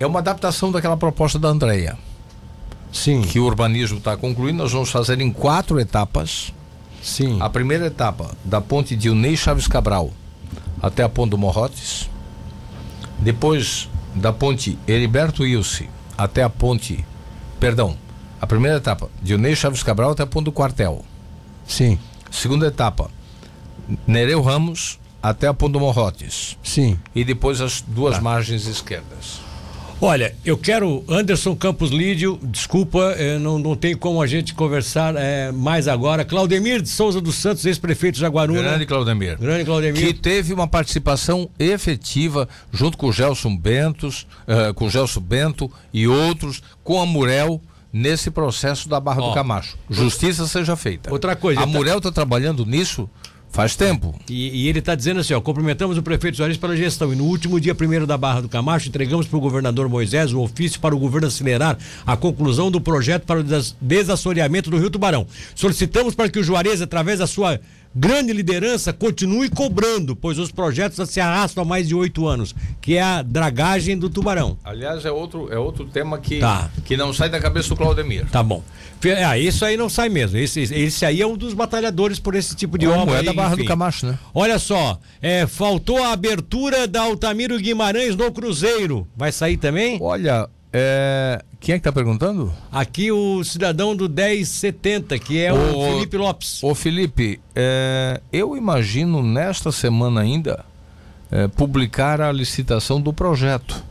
Speaker 2: É uma adaptação daquela proposta da Andréia.
Speaker 1: sim,
Speaker 2: Que o urbanismo está concluindo, nós vamos fazer em quatro etapas.
Speaker 1: sim.
Speaker 2: A primeira etapa, da ponte de Unei Chaves Cabral até a ponte do Morrotes. Depois, da ponte Heriberto Ilse até a ponte. Perdão. A primeira etapa, de Unei Chaves Cabral até a ponte do Quartel.
Speaker 1: Sim,
Speaker 2: Segunda etapa, Nereu Ramos até a ponte do Morrotes.
Speaker 1: sim.
Speaker 2: E depois as duas margens esquerdas.
Speaker 1: Olha, eu quero, Anderson Campos Lídio, desculpa, eh, não, não tem como a gente conversar eh, mais agora. Claudemir de Souza dos Santos, ex-prefeito de Jaguaruna.
Speaker 2: Grande Claudemir.
Speaker 1: Grande Claudemir.
Speaker 2: que teve uma participação efetiva junto com o Gelson Bentos, eh, com o Gelson Bento e outros, com a Murel nesse processo da Barra
Speaker 1: Ó,
Speaker 2: do Camacho. Justiça seja feita.
Speaker 1: outra coisa,
Speaker 2: A
Speaker 1: tá-
Speaker 2: Murel está trabalhando nisso faz tempo.
Speaker 1: E, e ele está dizendo assim, ó, cumprimentamos o prefeito Soares pela gestão e no último dia primeiro da Barra do Camacho entregamos para o governador Moisés o ofício para o governo acelerar a conclusão do projeto para o des- desassoreamento do Rio Tubarão. Solicitamos para que o Juarez, através da sua grande liderança, continue cobrando, pois os projetos se arrastam há mais de oito anos, que é a dragagem do Tubarão.
Speaker 2: Aliás, é outro, é outro tema que,
Speaker 1: Tá.
Speaker 2: que não sai da cabeça do Claudemir.
Speaker 1: Tá bom. Fe- Ah, isso aí não sai mesmo. Esse, esse aí é um dos batalhadores por esse tipo de
Speaker 2: Como
Speaker 1: obra.
Speaker 2: é
Speaker 1: aí,
Speaker 2: da Barra
Speaker 1: enfim.
Speaker 2: do Camacho, né?
Speaker 1: Olha só, é, faltou a abertura da Altamiro Guimarães no Cruzeiro. Vai sair também?
Speaker 2: Olha, eh, quem é que está perguntando?
Speaker 1: Aqui o cidadão do 1070, que é o,
Speaker 2: O-
Speaker 1: Felipe Lopes.
Speaker 2: Ô Felipe, é, eu imagino nesta semana ainda é, publicar a licitação do projeto.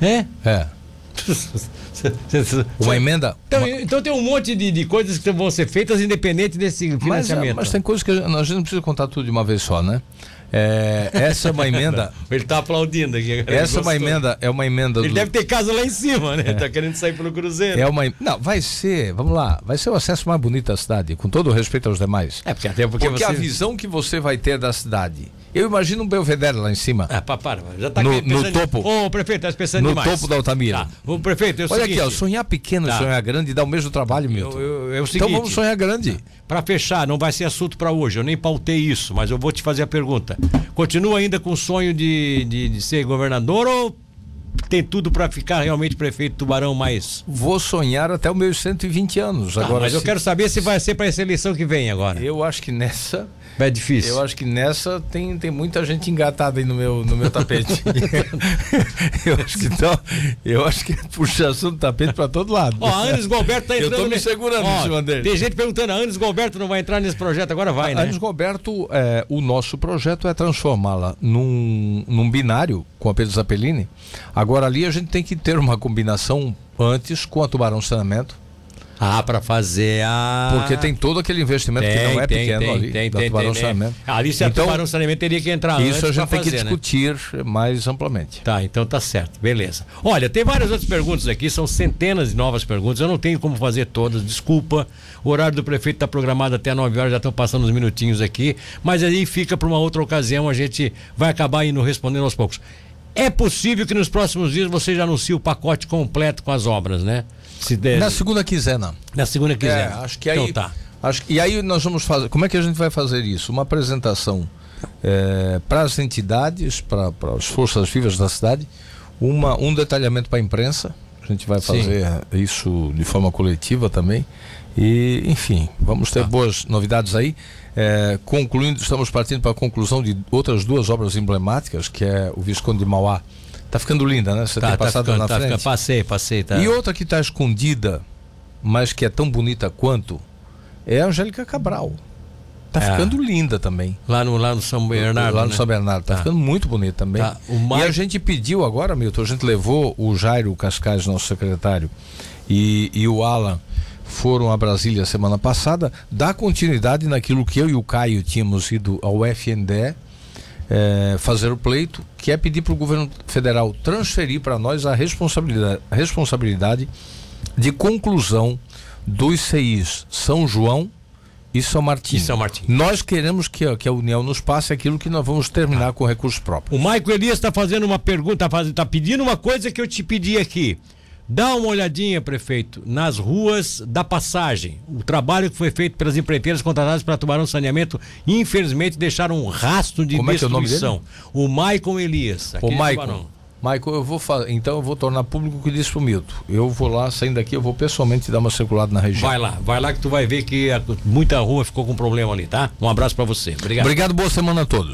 Speaker 1: É?
Speaker 2: É. Uma emenda.
Speaker 1: Então, então tem um monte de, de coisas que vão ser feitas independente desse
Speaker 2: Mas, é,
Speaker 1: um financiamento.
Speaker 2: mas tem coisas que a gente não precisa contar tudo de uma vez só, né? É, essa é uma emenda.
Speaker 1: Ele tá aplaudindo aqui. cara.
Speaker 2: essa é uma
Speaker 1: Gostou.
Speaker 2: emenda. É uma emenda.
Speaker 1: Ele
Speaker 2: do-
Speaker 1: deve ter casa lá em cima, né? Tá querendo sair pelo Cruzeiro.
Speaker 2: É uma. em- Não, vai ser. Vamos lá. Vai ser o acesso mais bonito à cidade, com todo o respeito aos demais.
Speaker 1: É, porque até
Speaker 2: Porque a visão que você vai ter da cidade Eu imagino um Belvedere lá em cima.
Speaker 1: Ah, pá, para, já tá
Speaker 2: No-
Speaker 1: aqui pensando-
Speaker 2: no topo.
Speaker 1: Ô, prefeito, tá pensando
Speaker 2: No
Speaker 1: demais.
Speaker 2: topo da Altamira.
Speaker 1: Tá. Ô, prefeito, eu
Speaker 2: Olha aqui, ó, sonhar pequeno
Speaker 1: Tá.
Speaker 2: e sonhar grande dá o mesmo trabalho, Milton.
Speaker 1: Eu- eu- é o
Speaker 2: então
Speaker 1: seguinte. Tá.
Speaker 2: vamos sonhar grande.
Speaker 1: Pra fechar, não vai ser assunto pra hoje, eu nem pautei isso, mas eu vou te fazer a pergunta. Continua ainda com o sonho de, de, de ser governador ou tem tudo pra ficar realmente prefeito Tubarão mais?
Speaker 2: Vou sonhar até os meus 120 anos.
Speaker 1: Tá,
Speaker 2: Agora,
Speaker 1: mas eu
Speaker 2: se-
Speaker 1: quero saber se vai ser pra essa eleição que vem agora.
Speaker 2: eu acho que nessa.
Speaker 1: É difícil.
Speaker 2: Eu acho que nessa tem, tem muita gente engatada aí no meu, no meu tapete. eu acho que então, eu acho que puxa assunto tapete pra todo lado.
Speaker 1: Ó, a Anis Galberto tá
Speaker 2: Eu
Speaker 1: entrando.
Speaker 2: tô me
Speaker 1: nesse-
Speaker 2: segurando em cima dele.
Speaker 1: Tem gente perguntando, a Anis Galberto não vai entrar nesse projeto, agora vai, né?
Speaker 2: Antes, Roberto, é, o nosso projeto é transformá-la num, num binário com a Pedro Zappellini. Agora ali a gente tem que ter uma combinação antes com a Tubarão Saneamento,
Speaker 1: Ah, pra fazer a.
Speaker 2: porque tem todo aquele investimento que não é pequeno ali da Tubarão Saneamento.
Speaker 1: É. Ali se a
Speaker 2: então,
Speaker 1: Tubarão Saneamento teria que entrar antes
Speaker 2: isso a gente
Speaker 1: pra
Speaker 2: tem que
Speaker 1: fazer, né?
Speaker 2: discutir mais amplamente.
Speaker 1: Tá, então tá certo, beleza. Olha, tem várias outras perguntas aqui, são centenas de novas perguntas, eu não tenho como fazer todas, desculpa. O horário do prefeito está programado até 9 horas, já estão passando uns minutinhos aqui, mas aí fica para uma outra ocasião, a gente vai acabar indo respondendo aos poucos. É possível que nos próximos dias você já anuncie o pacote completo com as obras, né? Se der,
Speaker 2: Na
Speaker 1: na,
Speaker 2: segunda quinzena.
Speaker 1: segunda
Speaker 2: É,
Speaker 1: quiser.
Speaker 2: acho que aí.
Speaker 1: Então tá.
Speaker 2: acho que- e aí nós vamos fazer. Como é que a gente vai fazer isso? Uma apresentação é, para as entidades, para as forças vivas da cidade, uma, um detalhamento para a imprensa. A gente vai fazer isso de forma coletiva também. E, enfim, vamos
Speaker 1: Tá.
Speaker 2: ter boas novidades aí. É, concluindo, estamos partindo para a conclusão de outras duas obras emblemáticas, que é o Visconde de Mauá. Tá ficando linda, né? Você
Speaker 1: Tá,
Speaker 2: tem
Speaker 1: tá
Speaker 2: passado
Speaker 1: ficando,
Speaker 2: na
Speaker 1: tá
Speaker 2: frente.
Speaker 1: ficando, passei, passei, tá.
Speaker 2: E outra que está escondida, mas que é tão bonita quanto, é a Angélica Cabral. Tá
Speaker 1: É.
Speaker 2: ficando linda também.
Speaker 1: Lá no, lá no São Bernardo.
Speaker 2: lá no
Speaker 1: né?
Speaker 2: São Bernardo, tá,
Speaker 1: Tá.
Speaker 2: ficando muito bonito também.
Speaker 1: Tá, o Mar-
Speaker 2: E a gente pediu agora, Milton, a gente levou o Jairo Cascais, nosso secretário, e, e o Alan foram a Brasília semana passada, dá continuidade naquilo que eu e o Caio tínhamos ido ao FNDE eh, fazer o pleito, que é pedir para o governo federal transferir para nós a responsabilidade, responsabilidade de conclusão dos CIs São João e São Martinho.
Speaker 1: E São Martinho.
Speaker 2: Nós queremos que, a- que a União nos passe aquilo que nós vamos terminar com recursos próprios.
Speaker 1: O Maico Elias está fazendo uma pergunta, está pedindo uma coisa que eu te pedi aqui. Dá uma olhadinha, prefeito, nas ruas da passagem. O trabalho que foi feito pelas empreiteiras contratadas para Tubarão Saneamento, infelizmente, deixaram um rastro de
Speaker 2: Como é que é o nome
Speaker 1: destruição. o, Maicon Elias. aqui
Speaker 2: Ô,
Speaker 1: de
Speaker 2: Maicon,
Speaker 1: Tubarão.
Speaker 2: Maicon, eu vou fa- então eu vou tornar público o que disse o Milton. Eu vou lá, saindo daqui, eu vou pessoalmente dar uma circulada na região.
Speaker 1: Vai lá, vai lá que tu vai ver que a- muita rua ficou com problema ali, tá? Um abraço para você. Obrigado.
Speaker 2: Obrigado, boa semana a todos.